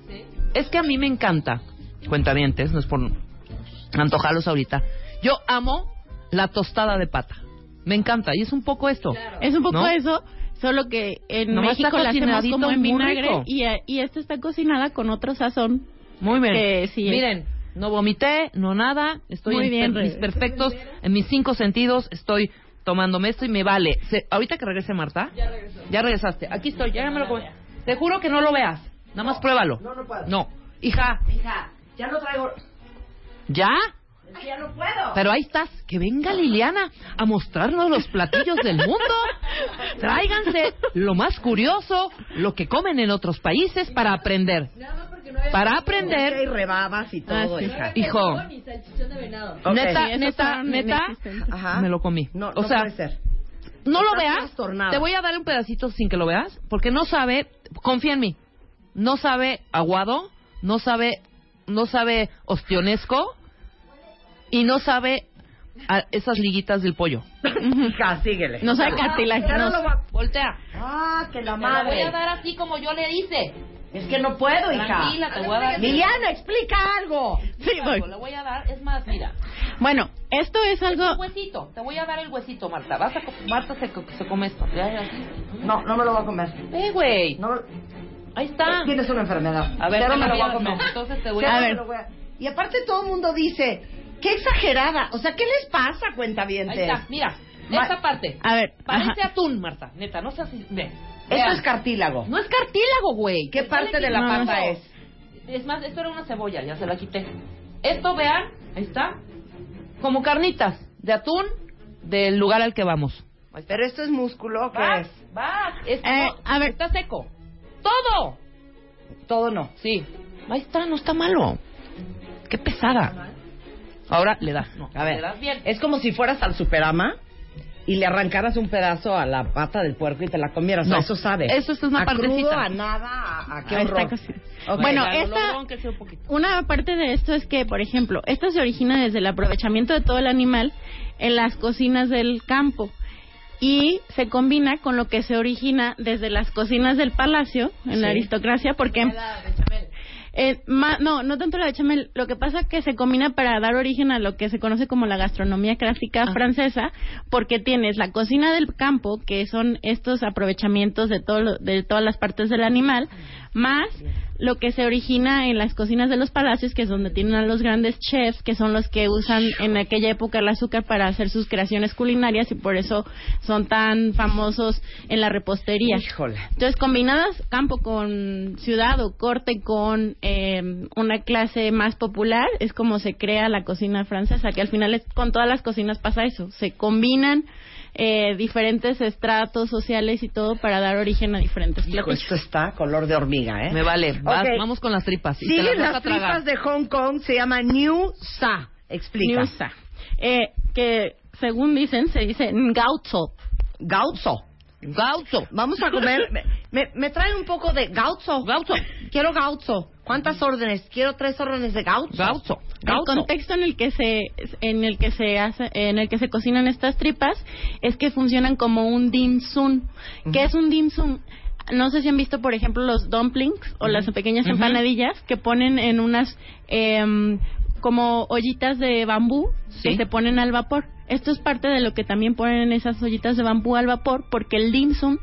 S5: Es que a mí me encanta, cuentavientes, no es por antojarlos ahorita. Yo amo la tostada de pata. Me encanta. Y es un poco esto.
S3: es un poco
S5: ¿No?
S3: eso, solo que en
S5: Nomás
S3: México
S5: está
S3: la hacemos
S5: cocinadito,
S3: como en
S5: muy
S3: vinagre
S5: rico.
S3: y, eh, y esta está cocinada con otro sazón.
S5: Muy bien.
S3: Que sí es.
S5: Miren, no vomité, no nada. Estoy
S3: Muy
S5: en
S3: bien,
S5: per- mis
S3: Rebe.
S5: perfectos, en mis cinco sentidos. Estoy tomándome esto y me vale. Se- ahorita que regrese Marta. Ya regresaste. Aquí estoy, ya me lo comí. Te juro que no lo veas. Nada más pruébalo.
S2: no, no puedo.
S5: No. Hija,
S2: Hija, ya no traigo.
S5: ¿ya?
S2: Ya no puedo.
S5: Pero ahí estás, que venga Liliana a mostrarnos los platillos del mundo. Tráiganse lo más curioso, lo que comen en otros países para aprender.
S6: Nada más porque no había...
S5: Para
S2: Hay
S5: aprender,
S2: rebabas y todo,
S3: Ah, sí.
S2: hija.
S5: hijo,
S6: queso Ni salchichón de venado.
S2: Ok.
S5: neta,
S3: Sí, esos
S5: neta,
S3: fueron
S5: neta,
S3: inexistentes.
S2: Ajá.
S5: me lo comí.
S2: No,
S5: o
S2: no
S5: sea,
S2: puede ser.
S5: no lo
S2: Estás
S5: veas.
S2: trastornada.
S5: Te voy a dar un pedacito sin que lo veas, porque no sabe, confía en mí. No sabe aguado, no sabe, no sabe ostionesco y no sabe a esas liguitas del pollo.
S2: Hija, síguele.
S3: No sabe cartilaginoso.
S5: Voltea.
S2: Ah, que la
S5: Te la voy a
S2: madre.
S5: dar así como yo le hice.
S2: Es que no puedo, hija.
S5: Tranquila, te voy a dar.
S2: Liliana, explica algo.
S3: Sí, voy.
S5: Le voy a dar, es más, mira,
S3: Bueno, esto es algo
S5: un huesito. Te voy a dar el huesito, Marta. Vas a co- Marta se, co- se come esto. Ya, ya.
S2: No, no me lo voy a comer.
S5: Eh, güey.
S2: No,
S5: Ahí está.
S2: Tienes una enfermedad.
S5: A ver,
S2: Cero
S5: te
S2: me lo
S5: lo
S2: voy a
S5: pido,
S2: comer.
S5: no, entonces te voy
S2: Cero
S5: a-
S2: me
S3: A ver.
S2: lo voy a- Y aparte todo el mundo dice, qué exagerada. O sea, ¿qué les pasa, cuentavientes?
S5: Ahí está, mira.
S2: Ma- Ah,
S5: Esta parte.
S3: A ver,
S5: Parece
S3: ajá.
S5: atún, Marta. Neta, no seas. Ve.
S2: Esto
S5: Vea.
S2: es cartílago.
S5: No es cartílago, güey.
S2: ¿Qué
S5: Yo
S2: parte
S5: le
S2: de la
S5: quité-
S2: pata
S5: No.
S2: es?
S5: Es más, esto era una cebolla, ya se la quité. Esto, vean, ahí está. Como carnitas de atún del lugar al que vamos.
S2: Pero esto es músculo, ¿qué
S5: Vas,
S2: es?
S5: vas. Es-
S3: Eh,
S5: no,
S3: a ver.
S5: Está seco. ¡Todo!
S2: Todo no.
S5: Sí. Ahí está, no está malo. Qué pesada. Ahora le das. No,
S2: A
S5: Le
S2: ver,
S5: das bien.
S2: es como si fueras al superama y le arrancaras un pedazo a la pata del puerco y te la comieras.
S5: No,
S2: eso sabe.
S5: eso es una
S2: a crudo,
S5: partecita.
S2: a nada, a, a qué
S3: A esta
S2: horror.
S3: cosa.
S2: Ok.
S3: Bueno,
S5: Ya lo
S3: esta-
S5: logró, aunque sea un poquito.
S3: Una parte de esto es que, por ejemplo, esto se origina desde el aprovechamiento de todo el animal en las cocinas del campo y se combina con lo que se origina desde las cocinas del palacio en la
S2: Sí.
S3: aristocracia porque
S6: La bechamel.
S3: eh, ma- no no tanto la bechamel lo que pasa que se combina para dar origen a lo que se conoce como la gastronomía clásica
S5: Ah.
S3: francesa porque tienes la cocina del campo que son estos aprovechamientos de todo lo- de todas las partes del animal más lo que se origina en las cocinas de los palacios, que es donde tienen a los grandes chefs, que son los que usan en aquella época el azúcar para hacer sus creaciones culinarias y por eso son tan famosos en la repostería.
S2: Híjole.
S3: Entonces, combinadas campo con ciudad o corte con eh, una clase más popular, es como se crea la cocina francesa, que al final es- con todas las cocinas pasa eso. Se combinan eh, diferentes estratos sociales y todo para dar origen a diferentes
S2: Hijo,
S3: platillos.
S2: esto está color de hormiga, ¿eh?
S5: Me vale. Vas,
S2: Ok.
S5: Vamos con las tripas. Y te
S2: Siguen
S5: las,
S2: las
S5: vas a tragar.
S2: tripas de Hong Kong, se llama New Sa. Explica.
S3: Niusa. Eh, que según dicen, se dice Ngauzo.
S2: Gauzo.
S5: Gaucho.
S2: Vamos a comer. me, me, me traen un poco de gauzo.
S5: Gaucho.
S2: Quiero gauzo. ¿Cuántas órdenes? Quiero tres órdenes de gaucho.
S5: Gaucho.
S3: El
S5: Gaucho.
S3: contexto en el que se en el que se hace en el que se cocinan estas tripas es que funcionan como un dim sum. ¿Qué es un dim sum? No sé si han visto, por ejemplo, los dumplings o las pequeñas
S5: Ujú.
S3: empanadillas que ponen en unas em, como ollitas de bambú
S5: Sí.
S3: que se ponen al vapor. Esto es parte de lo que también ponen en esas ollitas de bambú al vapor, porque el dim sum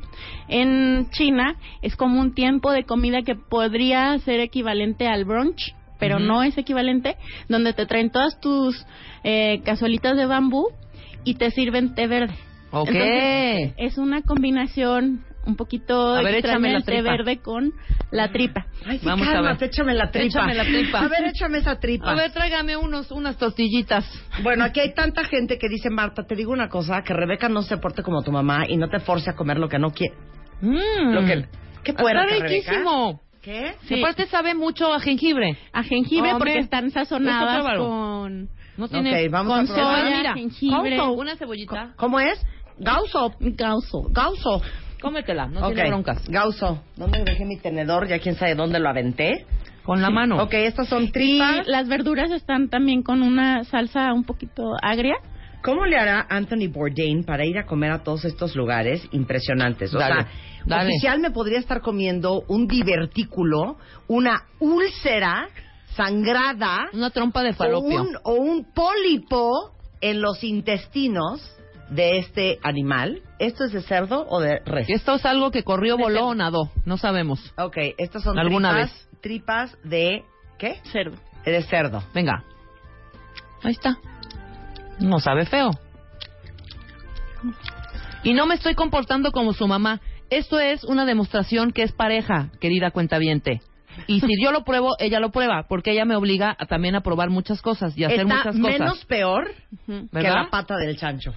S3: en China es como un tiempo de comida que podría ser equivalente al brunch, pero
S5: Ujú.
S3: no es equivalente, donde te traen todas tus eh, cazuelitas de bambú y te sirven té verde.
S5: Ok.
S3: Entonces, es una combinación un poquito
S5: A ver, échame
S3: extraña
S5: la
S3: el té
S5: tripa.
S3: verde con la tripa.
S2: Ay, sí,
S5: Vamos a
S2: cálmate,
S5: ver.
S2: échame la tripa.
S5: Échame la tripa.
S2: A ver, échame esa tripa.
S5: A ver, tráigame unos, unas tortillitas.
S2: Bueno, aquí hay tanta gente que dice, Marta, te digo una cosa, que Rebeca no se porte como tu mamá y no te force a comer lo que no quiere. Lo que... ¿Qué puerca,
S5: Mm. Está
S2: Rebeca?
S5: riquísimo.
S2: ¿Qué?
S3: Sí.
S5: Aparte sabe mucho a jengibre.
S3: A jengibre
S5: Hombre,
S3: porque están
S5: esto
S3: sazonadas
S5: es bárbaro.
S3: con
S5: No tiene
S2: Ok, vamos a
S5: con
S2: probar.
S5: soya,
S3: Mira, jengibre.
S5: gaucho, una cebollita.
S2: ¿Cómo es? Gauso.
S3: gauso.
S2: Gauso.
S5: Cómetela, no
S2: Ok.
S5: tiene broncas.
S2: Gauso. ¿Dónde dejé mi tenedor? Ya quién sabe dónde lo aventé.
S5: Con la mano.
S2: Ok, estas son
S3: Y
S5: Ah.
S2: tripas.
S3: las verduras están también con una salsa un poquito agria.
S2: ¿Cómo le hará Anthony Bourdain para ir a comer a todos estos lugares impresionantes? O
S5: Dale,
S2: sea,
S5: dale.
S2: oficial me podría estar comiendo un divertículo, una úlcera sangrada
S5: Una trompa de
S2: o
S5: falopio.
S2: un, o un pólipo en los intestinos de este animal. ¿Esto es de cerdo o de res?
S5: Esto es algo que corrió, voló o nadó. No sabemos.
S2: Ok, estas son
S5: ¿Alguna
S2: tripas, tripas de... ¿Qué?
S3: Cerdo.
S2: De cerdo.
S5: Venga. Ahí está. No sabe feo. Y no me estoy comportando como su mamá. Esto es una demostración que es pareja, querida cuentaviente. Y si yo lo pruebo, ella lo prueba, porque ella me obliga a, también a probar muchas cosas y a hacer
S2: Está
S5: muchas cosas.
S2: menos peor que
S3: Ujú.
S5: ¿Verdad?
S2: la pata del chancho.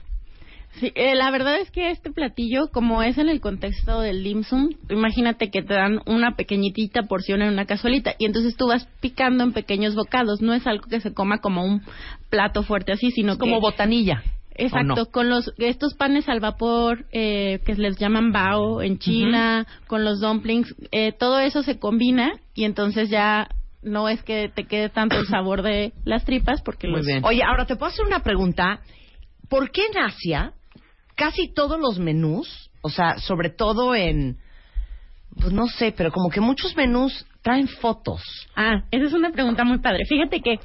S3: Sí, eh, la verdad es que este platillo, como es en el contexto del dim sum, imagínate que te dan una pequeñitita porción en una cazuelita y entonces tú vas picando en pequeños bocados. No es algo que se coma como un plato fuerte así, sino
S5: Como
S3: que
S5: botanilla.
S3: Exacto,
S5: ¿O no?
S3: con los estos panes al vapor eh, que les llaman bao en China, con los dumplings, eh, todo eso se combina y entonces ya no es que te quede tanto el sabor de las tripas porque
S5: Muy
S3: los
S5: bien.
S2: Pues, Oye, ahora te puedo hacer una pregunta. ¿Por qué en Asia casi todos los menús, o sea, sobre todo en, pues no sé, pero como que muchos menús traen fotos?
S3: Ah, esa es una pregunta muy padre. Fíjate que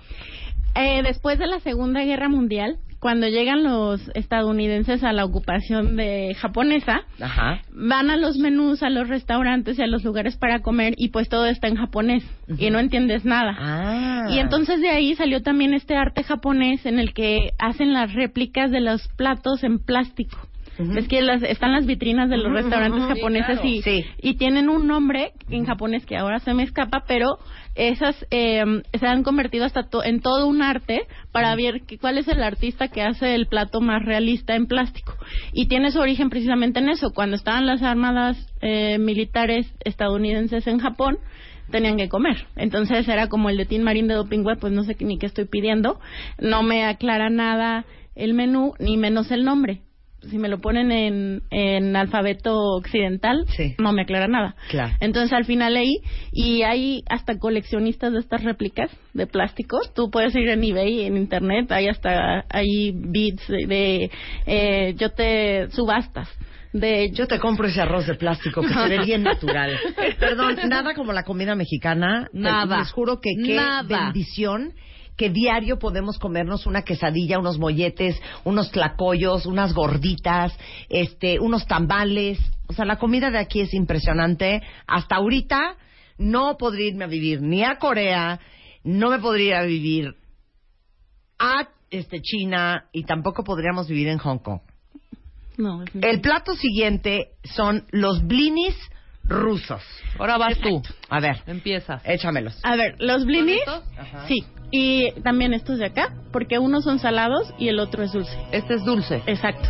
S3: eh, después de la Segunda Guerra Mundial, cuando llegan los estadounidenses a la ocupación de japonesa,
S2: Ajá.
S3: van a los menús, a los restaurantes y a los lugares para comer y pues todo está en japonés y no entiendes nada.
S2: Ah.
S3: Y entonces de ahí salió también este arte japonés en el que hacen las réplicas de los platos en plástico.
S2: Ujú.
S3: Es que las, están las vitrinas de los
S2: Ujú,
S3: restaurantes
S2: ujú, sí,
S3: japoneses
S2: claro.
S3: y,
S2: Sí.
S3: y tienen un nombre en japonés que ahora se me escapa, pero esas eh, se han convertido hasta to- en todo un arte para ver que- cuál es el artista que hace el plato más realista en plástico. Y tiene su origen precisamente en eso. Cuando estaban las armadas eh, militares estadounidenses en Japón, tenían que comer. Entonces era como el de Tin Marín de Doping Web, pues no sé ni qué estoy pidiendo. No me aclara nada el menú, ni menos el nombre. Si me lo ponen en, en alfabeto occidental,
S2: Sí.
S3: no me aclara nada.
S2: Claro.
S3: Entonces al final leí y hay hasta coleccionistas de estas réplicas de plástico. Tú puedes ir en eBay, en internet, hay hasta hay bits de, de, eh, yo te subastas de
S2: Yo te compro ese arroz de plástico que se ve bien natural. Perdón, nada como la comida mexicana. Te-
S5: Nada.
S2: Les juro que qué
S5: Nada.
S2: bendición que diario podemos comernos una quesadilla, unos molletes, unos tlacoyos, unas gorditas, este, unos tambales. O sea, la comida de aquí es impresionante. Hasta ahorita no podría irme a vivir ni a Corea, no me podría ir a vivir a este China y tampoco podríamos vivir en Hong Kong.
S3: no, es mi-
S2: El plato siguiente son los blinis rusos.
S5: Ahora vas tú. Ah,
S2: A ver,
S5: Empiezas.
S2: échamelos.
S3: A ver, los blinis, sí, y también estos de acá, porque unos son salados y el otro es dulce.
S5: Este es dulce.
S3: Exacto.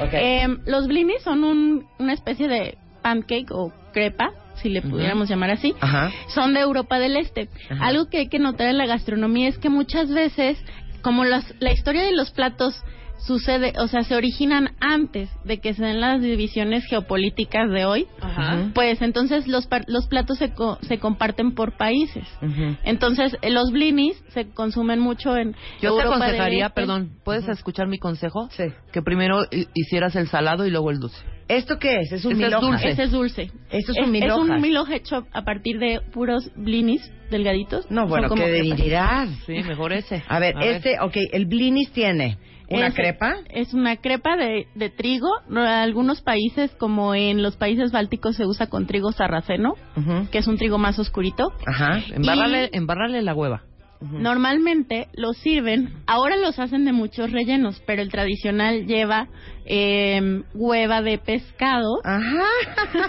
S2: Ok.
S3: Em, los blinis son un- una especie de pancake o crepa, si le
S5: Ujú.
S3: pudiéramos llamar así.
S2: Ajá.
S3: Son de Europa del Este.
S2: Ajá.
S3: Algo que hay que notar en la gastronomía es que muchas veces, como las- la historia de los platos sucede, o sea, se originan antes de que se den las divisiones geopolíticas de hoy,
S5: Ajá.
S3: pues entonces los, par- los platos se, co- se comparten por países.
S2: Ujú.
S3: Entonces, eh, los blinis se consumen mucho en
S5: Yo
S3: Europa
S5: te
S3: del
S5: aconsejaría,
S3: Este.
S5: perdón, ¿puedes escuchar mi consejo?
S2: Sí.
S5: Que primero hi- hicieras el salado y luego el dulce.
S2: ¿Esto qué es? Es un
S5: Ese Este
S2: milhojas.
S5: es dulce.
S3: Ese es dulce.
S2: Esto es un milhojas.
S3: Es un milhoja hecho a partir de puros blinis delgaditos.
S2: No,
S3: Son
S2: bueno,
S3: como
S2: qué
S3: crepas.
S2: debilidad.
S5: Sí, mejor ese.
S2: A ver, este, ok, el blinis tiene una
S5: Este
S3: Es-
S2: crepa.
S3: Es una crepa de, de trigo. No, Algunos países, como en los países bálticos, se usa con trigo sarraceno,
S2: Ujú.
S3: que es un trigo más oscurito.
S2: Ajá.
S5: Embárrale, embárrale la hueva.
S2: Ujú.
S3: Normalmente los sirven, ahora los hacen de muchos rellenos, pero el tradicional lleva eh, hueva de pescado,
S2: Ajá.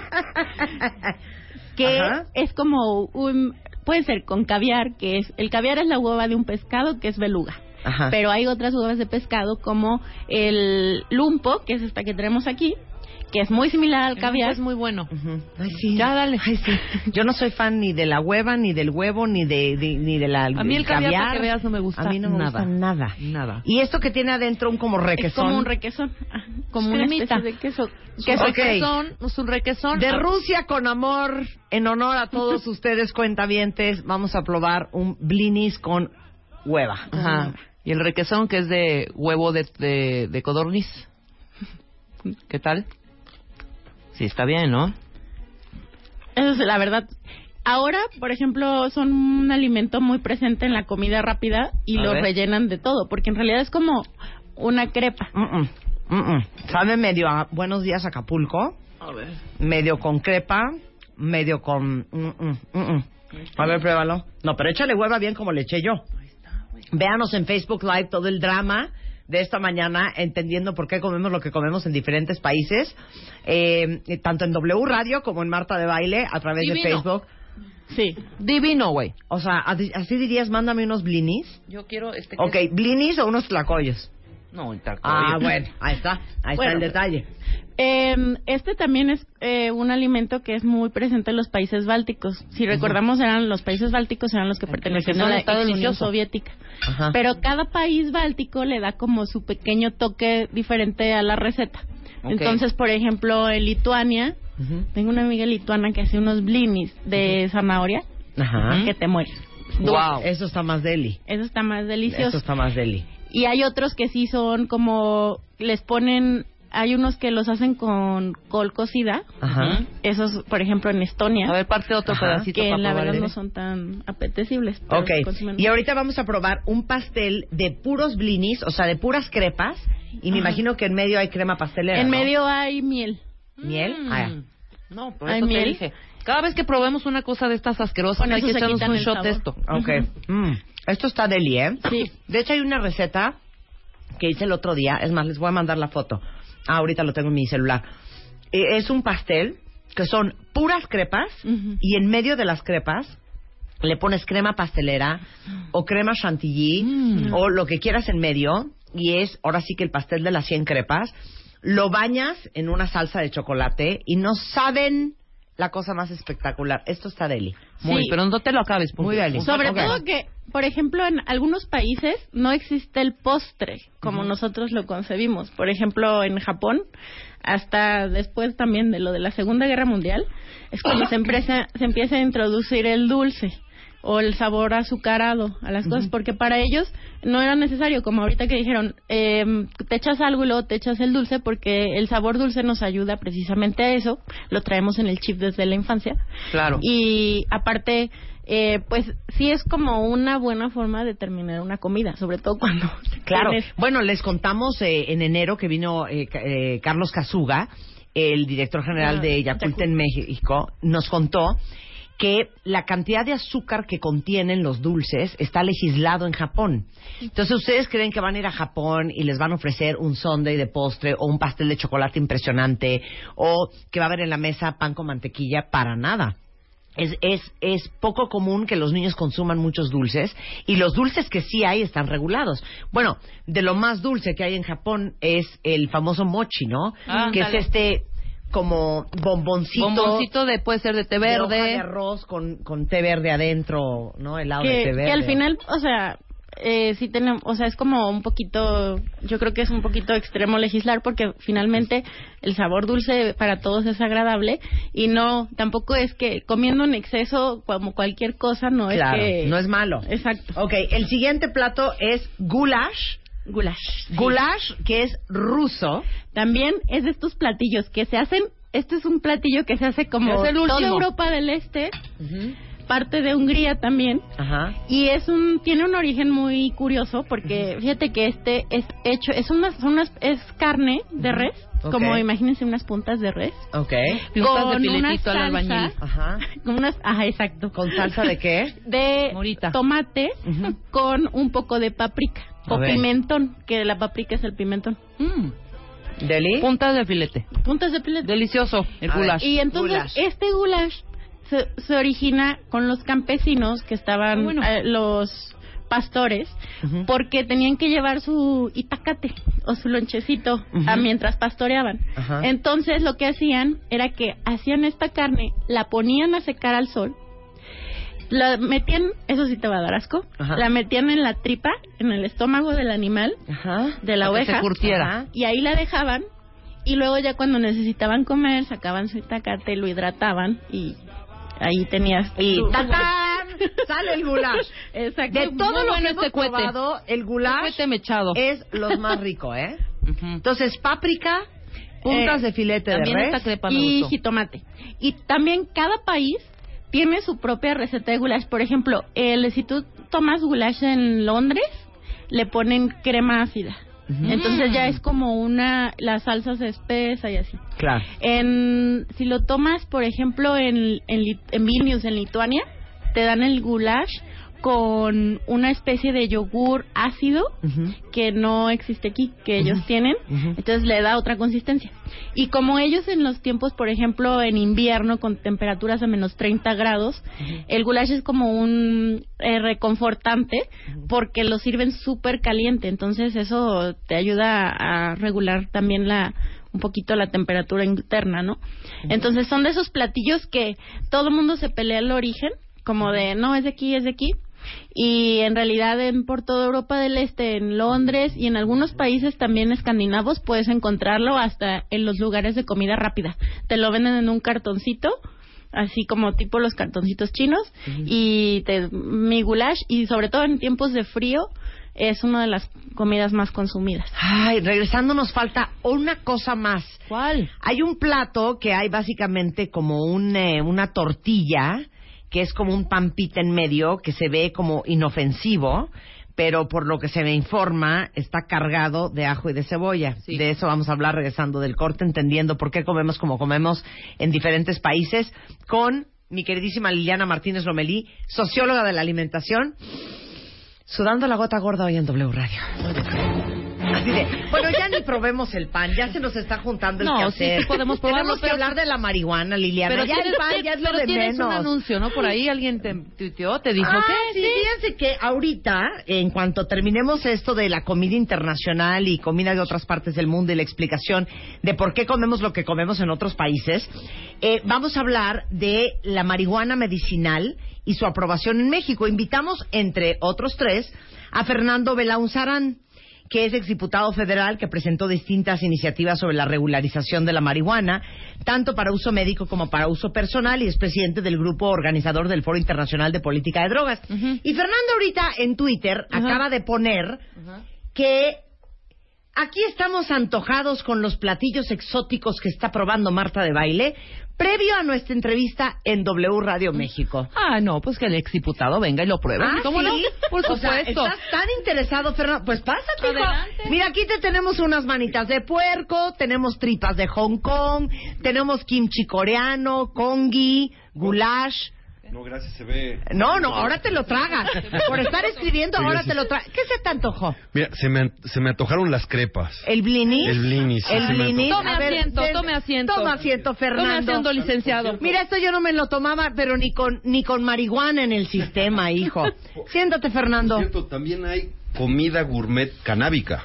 S3: que
S2: Ajá.
S3: es como un... Puede ser con caviar, que es... El caviar es la hueva de un pescado, que es beluga.
S2: Ajá.
S3: pero hay otras huevas de pescado como el lumpo, que es esta que tenemos aquí, que es muy similar al caviar.
S5: es muy bueno.
S2: Ujú. Ay, sí.
S5: Ya, dale.
S2: Ay, sí. Yo no soy fan ni de la hueva, ni del huevo, ni de, de- ni de la
S5: A mí el caviar, para que veas, no me gusta
S2: A mí no me gusta nada.
S5: nada. Nada.
S2: Y esto que tiene adentro un como requesón.
S3: Es como un requesón, ah, como una
S5: Cremita.
S3: especie de queso.
S5: Que
S2: Ok.
S5: requesón, es un requesón. Ah.
S2: De Rusia con amor, en honor a todos ustedes cuentavientes, vamos a probar un blinis con hueva.
S5: Ajá. Y el requesón que es de huevo de, de, de codorniz. ¿Qué tal? Sí, está bien, ¿no?
S3: Eso es la verdad. Ahora, por ejemplo, son un alimento muy presente en la comida rápida y
S5: A
S3: lo
S5: ver.
S3: rellenan de todo, porque en realidad es como una crepa.
S2: Mm-mm, mm-mm. Sabe medio a Buenos Días Acapulco,
S5: A ver.
S2: medio con crepa, medio con... mm-mm, mm-mm. A ver, pruébalo. No, pero échale hueva bien como le eché yo. Véanos en Facebook Live todo el drama de esta mañana, entendiendo por qué comemos lo que comemos en diferentes países, eh, tanto en W Radio como en Marta de Baile, a través de
S5: Divino.
S2: Facebook.
S3: Sí.
S5: Divino, güey.
S2: O sea, así así dirías, mándame unos blinis.
S5: Yo quiero este.
S2: Ok, blinis o unos tlacoyos.
S5: No, el taco.
S2: Ah, bueno, ahí está, ahí está
S3: Bueno,
S2: el detalle.
S3: Eh, este también es eh, un alimento que es muy presente en los países bálticos. Si recordamos, eran los países bálticos eran los que pertenecían
S5: son
S3: a la
S5: está
S3: ex Unión
S5: delicioso.
S3: Soviética.
S2: Ajá.
S3: Pero cada país báltico le da como su pequeño toque diferente a la receta.
S5: Ok.
S3: Entonces, por ejemplo, en Lituania,
S2: Ujú.
S3: tengo una amiga lituana que hace unos blinis de zanahoria
S2: Ajá.
S3: que te mueres.
S5: Wow.
S2: Eso está más deli.
S3: Eso está más
S2: Eso
S3: delicioso.
S2: está más deli.
S3: Y hay otros que sí son como les ponen, hay unos que los hacen con col cocida.
S2: Ajá.
S3: Esos, por ejemplo, en Estonia,
S5: A ver, parte otro
S2: Ajá.
S5: pedacito
S3: que
S5: para
S3: la verdad
S5: probar.
S3: no son tan apetecibles. pero
S2: Ok.
S3: consumen
S2: Y ahorita vamos a probar un pastel de puros blinis, o sea, de puras crepas. Y me
S3: Ajá.
S2: imagino que en medio hay crema pastelera.
S3: En
S2: ¿no?
S3: medio hay miel.
S2: Miel.
S5: Mm.
S2: Ah,
S5: No, por
S3: Ay,
S5: eso te
S3: miel.
S5: dije. Cada vez que probemos una cosa de estas asquerosas,
S3: Con
S5: hay
S3: eso
S5: que
S3: se
S5: echarnos
S3: quitan
S5: un
S3: el
S5: shot de esto.
S3: sabor.
S2: ok.
S3: Ujú.
S2: Mm. Esto está deli, ¿eh?
S3: Sí.
S2: De hecho, hay una receta que hice el otro día. Es más, les voy a mandar la foto. Ah, ahorita lo tengo en mi celular. Eh, Es un pastel que son puras crepas
S3: Ujú.
S2: y en medio de las crepas le pones crema pastelera o crema chantilly
S5: Mm.
S2: o lo que quieras en medio y es ahora sí que el pastel de las 100 crepas. Lo bañas en una salsa de chocolate y no saben la cosa más espectacular. Esto está deli.
S5: Muy,
S3: Sí.
S5: pero no te lo acabes. porque-
S2: Muy deli.
S3: Sobre
S2: Ok.
S3: todo que, por ejemplo, en algunos países no existe el postre como nosotros lo concebimos. Por ejemplo, en Japón, hasta después también de lo de la Segunda Guerra Mundial, es cuando se, empieza, se empieza a introducir el dulce o el sabor azucarado a las cosas, porque para ellos no era necesario, como ahorita que dijeron, em, te echas algo y luego te echas el dulce, porque el sabor dulce nos ayuda precisamente a eso, lo traemos en el chip desde la infancia,
S5: Claro.
S3: y aparte, eh, pues sí es como una buena forma de terminar una comida, sobre todo cuando
S2: Claro.
S3: tienes-
S2: Bueno, les contamos eh, en enero que vino eh, Ca- eh, Carlos Casuga, el director general
S3: Ah,
S2: de Yakult en México, nos contó que la cantidad de azúcar que contienen los dulces está legislado en Japón. Entonces, ¿ustedes creen que van a ir a Japón y les van a ofrecer un sundae de postre o un pastel de chocolate impresionante o que va a haber en la mesa pan con mantequilla? Para nada. Es, es, es poco común que los niños consuman muchos dulces y los dulces que sí hay están regulados. Bueno, de lo más dulce que hay en Japón es el famoso mochi, ¿no?
S5: Ah,
S2: que
S5: ándale.
S2: es este como bomboncito,
S5: Bomboncito de, puede ser de té
S2: de hoja de
S5: verde.
S2: arroz con, con té verde adentro, ¿no? Helado Ah, de
S3: que,
S2: té verde.
S3: que al final, o sea, eh, sí tenemos, o sea, es como un poquito, yo creo que es un poquito extremo legislar porque finalmente el sabor dulce para todos es agradable y no, tampoco es que comiendo en exceso como cualquier cosa no
S2: claro,
S3: es que...
S2: no es malo.
S3: Exacto.
S2: Ok, el siguiente plato es goulash.
S3: Goulash.
S2: Goulash, que es ruso.
S3: También es de estos platillos que se hacen, este es un platillo que se hace como
S5: Es el último.
S3: toda Europa del Este, parte de Hungría también.
S2: Ajá.
S3: Y es un tiene un origen muy curioso porque fíjate que este es hecho es unas son unas es carne de res,
S2: Ok.
S3: como imagínense unas puntas de res
S2: Ok.
S5: Puntas de
S3: con una
S5: filetito al
S3: salsa,
S5: albañil.
S2: Ajá.
S3: con unas ajá, exacto,
S2: ¿Con salsa de qué?
S3: de
S5: Morita.
S3: tomate
S2: Ujú.
S3: con un poco de paprika
S2: A
S3: o
S2: ver.
S3: pimentón, que la paprika es el pimentón.
S5: Mm,
S2: ¿Deli?
S5: puntas de filete.
S3: Puntas de filete.
S5: Delicioso el
S2: A ver,
S5: goulash.
S3: Y entonces
S2: Goulash.
S3: este goulash se, se origina con los campesinos que estaban
S5: Bueno.
S3: eh, los pastores
S2: Ujú.
S3: porque tenían que llevar su itacate o su lonchecito a
S2: Ujú.
S3: mientras pastoreaban.
S2: Ajá.
S3: Entonces lo que hacían era que hacían esta carne, la ponían a secar al sol, la metían, eso sí te va a dar asco,
S2: Ajá.
S3: la metían en la tripa, en el estómago del animal,
S2: Ajá.
S3: de la
S5: Para que
S3: oveja
S5: se curtiera.
S3: Ajá. y ahí la dejaban y luego ya cuando necesitaban comer sacaban su itacate lo hidrataban y ahí tenías
S2: Y
S3: tu-
S2: ¡tatán! Sale el goulash.
S3: Exacto.
S2: De todo
S5: Muy
S2: lo que
S5: bueno
S2: hemos
S5: este cuete.
S2: probado, el goulash
S5: Cuete mechado.
S2: es lo más rico, ¿eh?
S5: Ujú.
S2: Entonces, páprica, puntas
S3: Eh,
S2: de filete de
S5: También
S2: res.
S5: esta crepa me
S3: y
S5: gustó.
S3: jitomate y también cada país tiene su propia receta de goulash por ejemplo el si tú tomas goulash en Londres le ponen crema ácida entonces ya es como una la salsa se espesa y así
S2: Claro.
S3: En, si lo tomas, por ejemplo, en, en, Lit- en Vilnius, en Lituania, te dan el goulash con una especie de yogur ácido
S2: Ujú.
S3: que no existe aquí, que ellos tienen,
S2: Ujú.
S3: entonces le da otra consistencia. Y como ellos en los tiempos, por ejemplo, en invierno con temperaturas a menos 30 grados, el goulash es como un eh, reconfortante porque lo sirven súper caliente, entonces eso te ayuda a regular también la un poquito la temperatura interna, ¿no? Entonces son de esos platillos que todo el mundo se pelea el origen, como de no es de aquí, es de aquí, y en realidad en por toda Europa del Este, en Londres y en algunos países también escandinavos puedes encontrarlo hasta en los lugares de comida rápida. Te lo venden en un cartoncito, así como tipo los cartoncitos chinos y te mi goulash y sobre todo en tiempos de frío es una de las comidas más consumidas.
S2: Ay, regresando nos falta una cosa más.
S5: ¿Cuál?
S2: Hay un plato que hay básicamente como un, eh, una tortilla, que es como un pampita en medio, que se ve como inofensivo, pero por lo que se me informa, está cargado de ajo y de cebolla.
S5: Sí.
S2: De eso vamos a hablar regresando del corte, entendiendo por qué comemos como comemos en diferentes países, con mi queridísima Liliana Martínez Lomelí, socióloga de la alimentación, sudando la gota gorda hoy en W Radio. Así de, bueno, ya ni probemos el pan, ya se nos está juntando el
S5: No,
S2: quehacer.
S5: sí, sí podemos probarlo,
S2: Tenemos que
S5: pero-
S2: hablar de la marihuana, Liliana. ya el pan ya es lo
S5: pero
S2: de
S5: tienes un
S2: menos.
S5: anuncio, ¿no? Por ahí alguien te tuiteó, te dijo,
S2: Ah,
S5: ¿qué?
S2: sí, fíjense que ahorita, en cuanto terminemos esto de la comida internacional y comida de otras partes del mundo y la explicación de por qué comemos lo que comemos en otros países, eh, vamos a hablar de la marihuana medicinal y su aprobación en México. Invitamos, entre otros tres, a Fernando Belaunzarán que es exdiputado federal que presentó distintas iniciativas sobre la regularización de la marihuana, tanto para uso médico como para uso personal, y es presidente del grupo organizador del Foro Internacional de Política de Drogas. Y Fernando ahorita en Twitter acaba de poner que Aquí estamos antojados con los platillos exóticos que está probando Marta de Baile, previo a nuestra entrevista en W Radio México. Ah,
S5: Ah, no, pues que el exdiputado venga y lo pruebe. ¿Cómo no? Por
S2: O sea,
S5: supuesto.
S2: estás tan interesado, Fernando. Pues pásate, hijo.
S5: Adelante.
S2: Mira, aquí te tenemos unas manitas de puerco, tenemos tripas de Hong Kong, tenemos kimchi coreano, kongi, goulash.
S7: No, gracias, se ve.
S2: No, no, ahora te lo tragas. Por estar escribiendo, ahora te lo tragas. ¿Qué se te antojó?
S7: Mira, se me, se me antojaron las crepas.
S2: ¿El blinis?
S7: El blinis, sí,
S2: El
S7: se me
S2: blinis.
S5: antoja. Tome
S2: A ver,
S5: asiento, tome asiento.
S2: Toma asiento, Fernando.
S5: Tome asiento, licenciado.
S2: Mira, esto yo no me lo tomaba, pero ni con ni con marihuana en el sistema, hijo. Siéntate, Fernando.
S7: Por cierto, también hay comida gourmet canábica.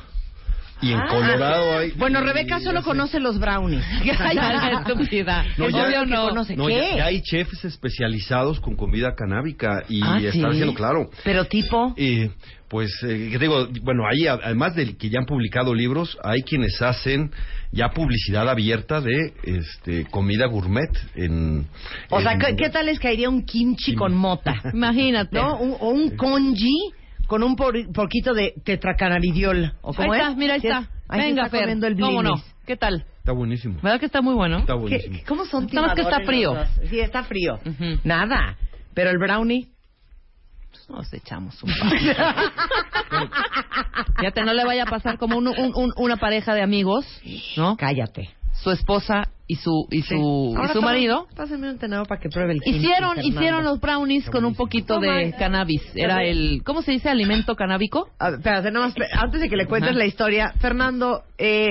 S7: Y en
S2: Ah.
S7: Colorado hay.
S2: Bueno, Rebeca
S7: y
S2: solo
S7: hace-
S2: conoce los brownies.
S5: Ay, la estúpida.
S7: No,
S5: Es
S7: ya-
S5: obvio no.
S2: conoce.
S7: No,
S2: ¿Qué?
S7: ya, ya hay chefs especializados con comida canábica y
S2: Ah,
S7: están
S2: ¿sí?
S7: haciendo claro.
S2: Pero tipo,
S7: Y pues eh, que digo, bueno, ahí a- además del que ya han publicado libros, hay quienes hacen ya publicidad abierta de este comida gourmet en
S2: o sea,
S7: en-
S2: ¿qué, qué tal les caería un kimchi con mota?
S5: Imagínate.
S2: ¿No? Un- o un congee con un por- poquito de tetracanalidiol. ¿O
S5: Ahí
S2: cómo
S5: está,
S2: es?
S5: mira, ahí
S2: Sí,
S5: está.
S2: ahí se
S5: Venga,
S2: está
S5: Fer.
S2: comiendo el
S5: ¿Cómo no?
S2: blinis.
S5: ¿Qué tal?
S7: Está buenísimo.
S5: ¿Verdad que está muy bueno?
S7: Está
S2: ¿Qué-
S7: buenísimo.
S2: ¿Cómo son
S5: Nada más que está
S2: timadores
S5: frío.
S2: los dos? Sí, está frío.
S5: Ujú.
S2: Nada. Pero el brownie... pues,
S5: Nos echamos un par. ya te no le vaya a pasar como un- un- un- una pareja de amigos, ¿no?
S2: Cállate.
S5: Su esposa y su y su, y
S2: Ahora
S5: su
S2: pasa-
S5: marido.
S2: Pásenme un tenedor para que pruebe el kimchi,
S5: Hicieron
S2: Fernando.
S5: hicieron los brownies con un poquito de cannabis. Era el ¿cómo se dice? Alimento canábico.
S2: A ver, espérate, nada más, antes de que le cuentes
S5: Ajá.
S2: la historia, Fernando, eh,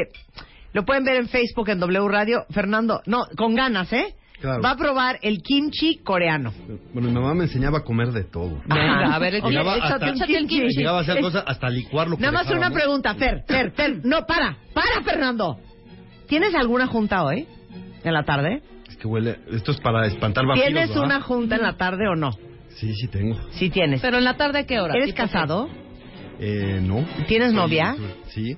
S2: lo pueden ver en Facebook, en W Radio. Fernando, no, con ganas, ¿eh?
S7: Claro.
S2: Va a probar el kimchi coreano.
S7: Bueno, mi mamá me enseñaba a comer de todo.
S5: Venga, a ver, el-
S2: Oye,
S7: Llegaba
S2: échate
S7: hasta-
S2: un kimchi.
S7: Llegaba a hacer cosas hasta licuarlo.
S2: Nada más una pregunta, Fer, Fer, Fer. No, para, para, Fernando. ¿Tienes alguna junta hoy? ¿En la tarde?
S7: Es que huele. Esto es para espantar vampiros.
S2: ¿Tienes
S7: ¿verdad?
S2: una junta en la tarde o no?
S7: Sí, sí tengo.
S2: Sí tienes.
S5: pero en la tarde a qué hora? pues,
S2: ¿Eres
S5: ¿Tipo
S2: casado?
S7: Eh, no.
S2: ¿Tienes
S7: Soy-
S2: novia?
S7: Sí.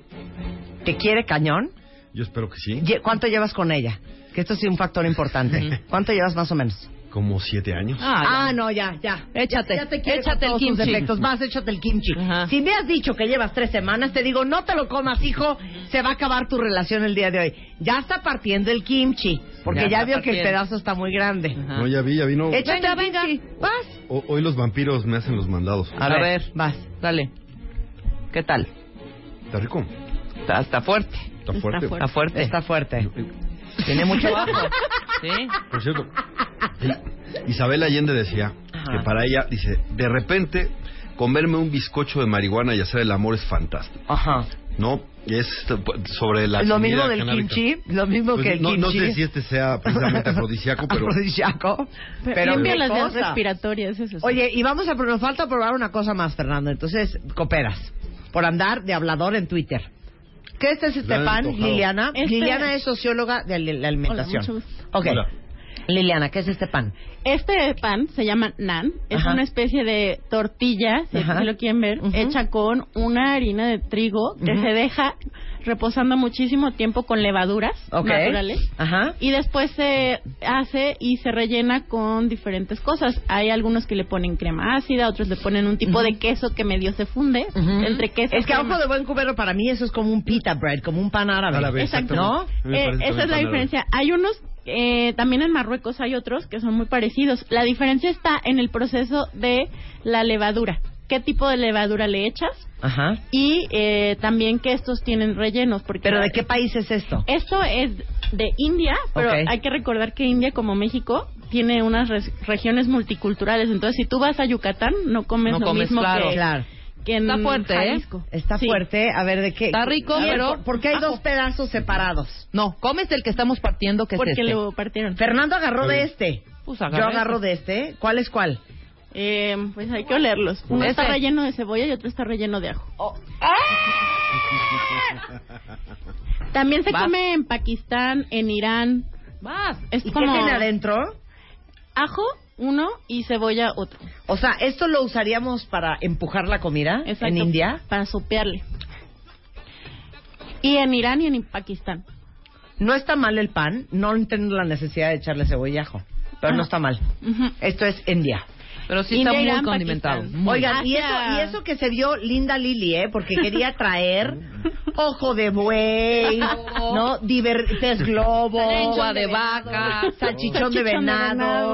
S2: ¿Te quiere cañón?
S7: Yo espero que sí.
S2: Lle- ¿Cuánto llevas con ella? Que esto sí es un factor importante. ¿Cuánto llevas más o menos?
S7: Como siete años.
S5: qué? Ah,
S2: Ah, no, ya, ya.
S5: Échate,
S2: Ya, ya te quiere con
S5: échate
S2: todos
S5: el
S2: sus
S5: kimchi.
S2: defectos. Vas, échate el kimchi.
S5: Ajá.
S2: Si me has dicho que llevas tres semanas, te digo, no te lo comas, hijo. Se va a acabar tu relación el día de hoy. Ya está partiendo el kimchi. Porque
S5: Ya
S2: ya,
S5: está
S2: vio que el
S5: partiendo.
S2: pedazo está muy grande.
S5: Ajá.
S7: No, ya vi, ya vino.
S2: Échate
S5: Venga,
S2: el
S5: venga.
S2: kimchi. Vas.
S7: O- hoy los vampiros me hacen los mandados.
S5: A, ver,
S2: Vas.
S5: no. dale. ¿Qué tal?
S7: Está rico.
S5: Está, está fuerte.
S7: Está fuerte.
S5: Está fuerte.
S2: Está fuerte.
S5: Tiene mucho bajo. Sí.
S7: Por cierto, Isabel Allende decía que para ella, dice, de repente comerme un bizcocho de marihuana y hacer el amor es fantástico.
S2: Ajá.
S7: No, es sobre la
S2: lo
S7: comida
S2: mismo del
S7: canábica.
S2: kimchi. Lo mismo
S7: Pues
S2: que el
S7: no,
S2: kimchi.
S7: no sé si este sea precisamente afrodisíaco, pero
S2: Afrodisíaco, Pero
S3: Limpia
S2: qué
S3: las vías
S2: cosa.
S3: respiratorias, eso sí.
S2: Oye, y vamos a, nos falta probar una cosa más, Fernando. Entonces, cooperas. Por andar de hablador en Twitter. ¿Qué este es
S7: Me han
S2: Estefan?
S7: antojado.
S2: Liliana.
S3: Este-
S2: Liliana es socióloga de la- la alimentación.
S3: Hola, mucho gusto.
S2: Ok.
S7: Hola.
S2: Liliana, ¿qué es este pan?
S3: Este pan se llama nan, es
S2: Ajá.
S3: una especie de tortilla, si
S2: Ajá.
S3: así lo quieren ver,
S2: Ujú.
S3: hecha con una harina de trigo que
S2: Ujú.
S3: se deja reposando muchísimo tiempo con levaduras
S2: Ok.
S3: naturales.
S2: Ajá.
S3: Y después se hace y se rellena con diferentes cosas. Hay algunos que le ponen crema ácida, otros le ponen un tipo de queso que medio se funde entre queso.
S2: Es que a
S3: crema.
S2: ojo de buen cubero para mí eso es como un pita bread, como un pan árabe.
S7: Árabe,
S3: Exacto.
S7: ¿No?
S3: Eh,
S7: Me parece
S3: esa es la
S7: también
S3: diferencia. Hay unos, eh, también en Marruecos hay otros que son muy parecidos. La diferencia está en el proceso de la levadura. ¿Qué tipo de levadura le echas?
S2: Ajá.
S3: Y eh, también que estos tienen rellenos. Porque
S2: Pero ¿de qué país es esto?
S3: Esto es de India, pero
S2: Ok.
S3: hay que recordar que India, como México, tiene unas res- regiones multiculturales. Entonces, si tú vas a Yucatán, no comes
S5: No
S3: lo
S5: comes,
S3: mismo
S5: claro.
S3: que,
S2: Claro.
S3: que en
S5: Está fuerte, ¿eh?
S3: Jalisco.
S2: Mm, Está
S3: Sí.
S2: fuerte. A ver, ¿de qué?
S5: Está rico,
S2: A ver,
S5: pero-
S2: ¿por- ¿Por qué hay
S5: Ajo.
S2: dos pedazos separados?
S5: No, comes el que estamos partiendo, que
S3: Porque
S5: es este.
S3: lo partieron.
S2: Fernando agarró de este.
S5: Pues
S2: Yo
S5: agarra
S2: agarro
S5: este.
S2: de este. ¿Cuál es cuál?
S3: Eh, pues hay que olerlos. Uno
S5: Ese.
S3: está relleno de cebolla y otro está relleno de ajo. También se
S5: Vas.
S3: come en Pakistán, en Irán.
S5: Vas.
S3: Es
S2: ¿Y
S3: como
S2: qué tiene adentro?
S3: ajo uno y cebolla otro.
S2: O sea, ¿esto lo usaríamos para empujar la comida
S3: Exacto,
S2: en India?
S3: Para sopearle. Y en Irán y en Pakistán.
S2: No está mal el pan, no entiendo la necesidad de echarle cebollajo, pero no está mal.
S3: Ujú.
S2: Esto es India.
S5: Pero sí
S3: India,
S5: está muy
S3: Irán,
S5: condimentado.
S3: Pakistán. Muy
S5: Ah,
S2: Oigan, y eso,
S3: Gracias.
S2: y eso que se vio linda Lili, ¿eh? Porque quería traer ojo de buey, ¿no? Divertes globo,
S5: Lengua de vaca.
S2: salchichón de
S3: Salchichón de
S2: venado,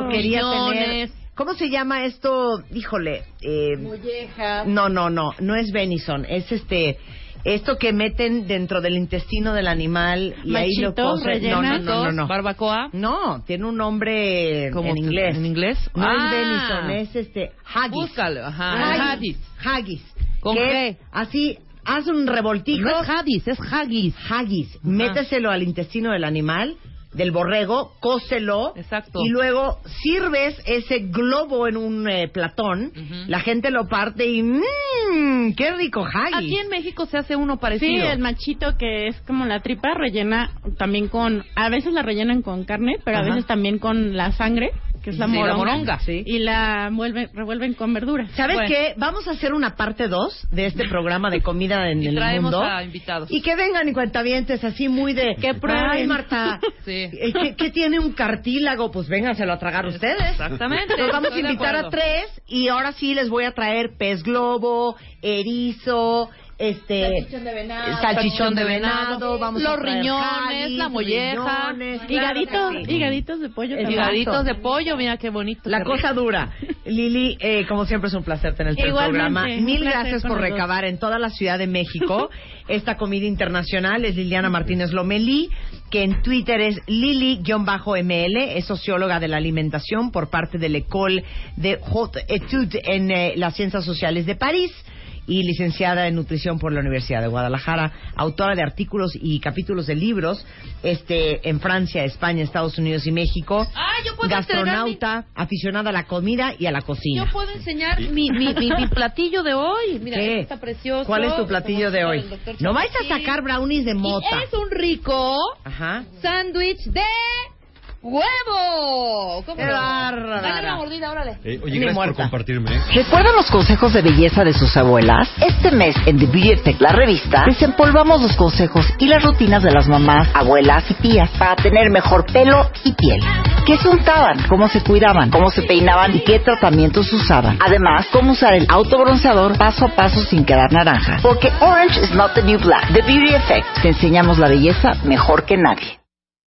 S3: venado.
S2: quería tener...
S5: Riñones.
S2: ¿Cómo se llama esto? Híjole, eh,
S6: Mollejas.
S2: No, no, no, no es venison, es este esto que meten dentro del intestino del animal y ahí lo
S3: Machito,
S2: cose- No, no,
S3: rellenas,
S2: no, no, no.
S5: Barbacoa.
S2: No, tiene un nombre en
S5: ¿Cómo te-
S2: inglés.
S5: en inglés?
S2: No
S5: Ah.
S2: es venison, es este haggis.
S5: Búscalo, ajá.
S2: Haggis.
S5: Haggis.
S2: Haggis.
S5: ¿Con
S2: Que
S5: qué?
S2: Así haz un revoltijo.
S5: No es Haggis, es Haggis.
S2: Haggis, méteselo al intestino del animal, del borrego, cóselo
S5: Exacto.
S2: y luego sirves ese globo en un eh, platón,
S5: Ujú.
S2: la gente lo parte y ¡mmm! ¡Qué rico,
S5: Aquí
S2: Hagi!
S5: en México se hace uno
S3: Sí,
S5: parecido.
S3: el machito que es como la tripa rellena también con, a veces la rellenan con carne, pero
S5: Ajá.
S3: a veces también con la sangre, que es la
S5: Sí, la
S3: moronga.
S5: moronga, sí.
S3: Y la envuelven- revuelven con verduras.
S2: ¿Sabes
S5: Bueno.
S2: qué? Vamos a hacer una parte 2 de este programa de comida en
S5: Y
S2: el
S5: traemos
S2: mundo.
S5: a invitados.
S2: Y que vengan y cuentavientes así muy de...
S3: Que prueben.
S2: Ay, Marta,
S5: Sí.
S2: eh, ¿qué, qué tiene un cartílago? Pues vénganselo a tragar ustedes.
S5: Exactamente.
S2: Los vamos a
S5: Estoy de
S2: invitar a
S5: acuerdo.
S2: tres y ahora sí les voy a traer pez globo, erizo, este...
S8: Salchichón de venado.
S2: salchichón de venado, vamos
S5: Los
S2: a traer
S5: riñones,
S2: jalis,
S5: la molleja,
S2: riñones,
S3: Higaditos,
S2: claro que sí.
S3: higaditos de pollo.
S2: Exacto.
S3: también.
S5: Higaditos de pollo, mira qué bonito.
S2: La
S5: qué
S2: cosa dura. Lili, eh, como siempre es un placer tenerte en el
S3: Igualmente,
S2: programa.
S3: un
S2: Mil
S3: placer
S2: gracias
S3: con
S2: por
S3: los dos.
S2: recabar en toda la Ciudad de México esta comida internacional. Es Liliana Martínez Lomelí, que en Twitter es Lili-ML, es socióloga de la alimentación por parte del École de Haute Étude en eh, las Ciencias Sociales de París y licenciada en nutrición por la Universidad de Guadalajara, autora de artículos y capítulos de libros, este en Francia, España, Estados Unidos y México
S5: Ah, yo puedo
S2: gastronauta, aficionada a la comida y a la
S5: Yo
S2: cocina.
S5: puedo enseñar mi, mi, mi, mi platillo de hoy. Mira,
S2: ¿Qué?
S5: este está precioso.
S2: ¿Cuál es tu platillo de hoy?
S5: El doctor
S2: No vais a
S5: Chapatín.
S2: sacar brownies de
S5: Y
S2: mota.
S5: es un rico
S2: Ajá.
S5: sándwich de huevo. ¿Cómo
S2: ¡Qué
S5: no?
S2: bárbara!
S5: Dale una mordida, órale.
S7: Eh, oye,
S2: Ni
S7: gracias
S2: muerta.
S7: por compartirme. ¿eh?
S1: ¿Recuerdan los consejos de belleza de sus abuelas? Este mes en The Beauty Effect, la revista, desempolvamos los consejos y las rutinas de las mamás, abuelas y tías para tener mejor pelo y piel. ¿Qué se untaban? ¿Cómo se cuidaban? ¿Cómo se peinaban? ¿Y qué tratamientos usaban? Además, cómo usar el autobronceador paso a paso sin quedar naranja. Porque Orange is not the new black. The Beauty Effect. Te enseñamos la belleza mejor que nadie.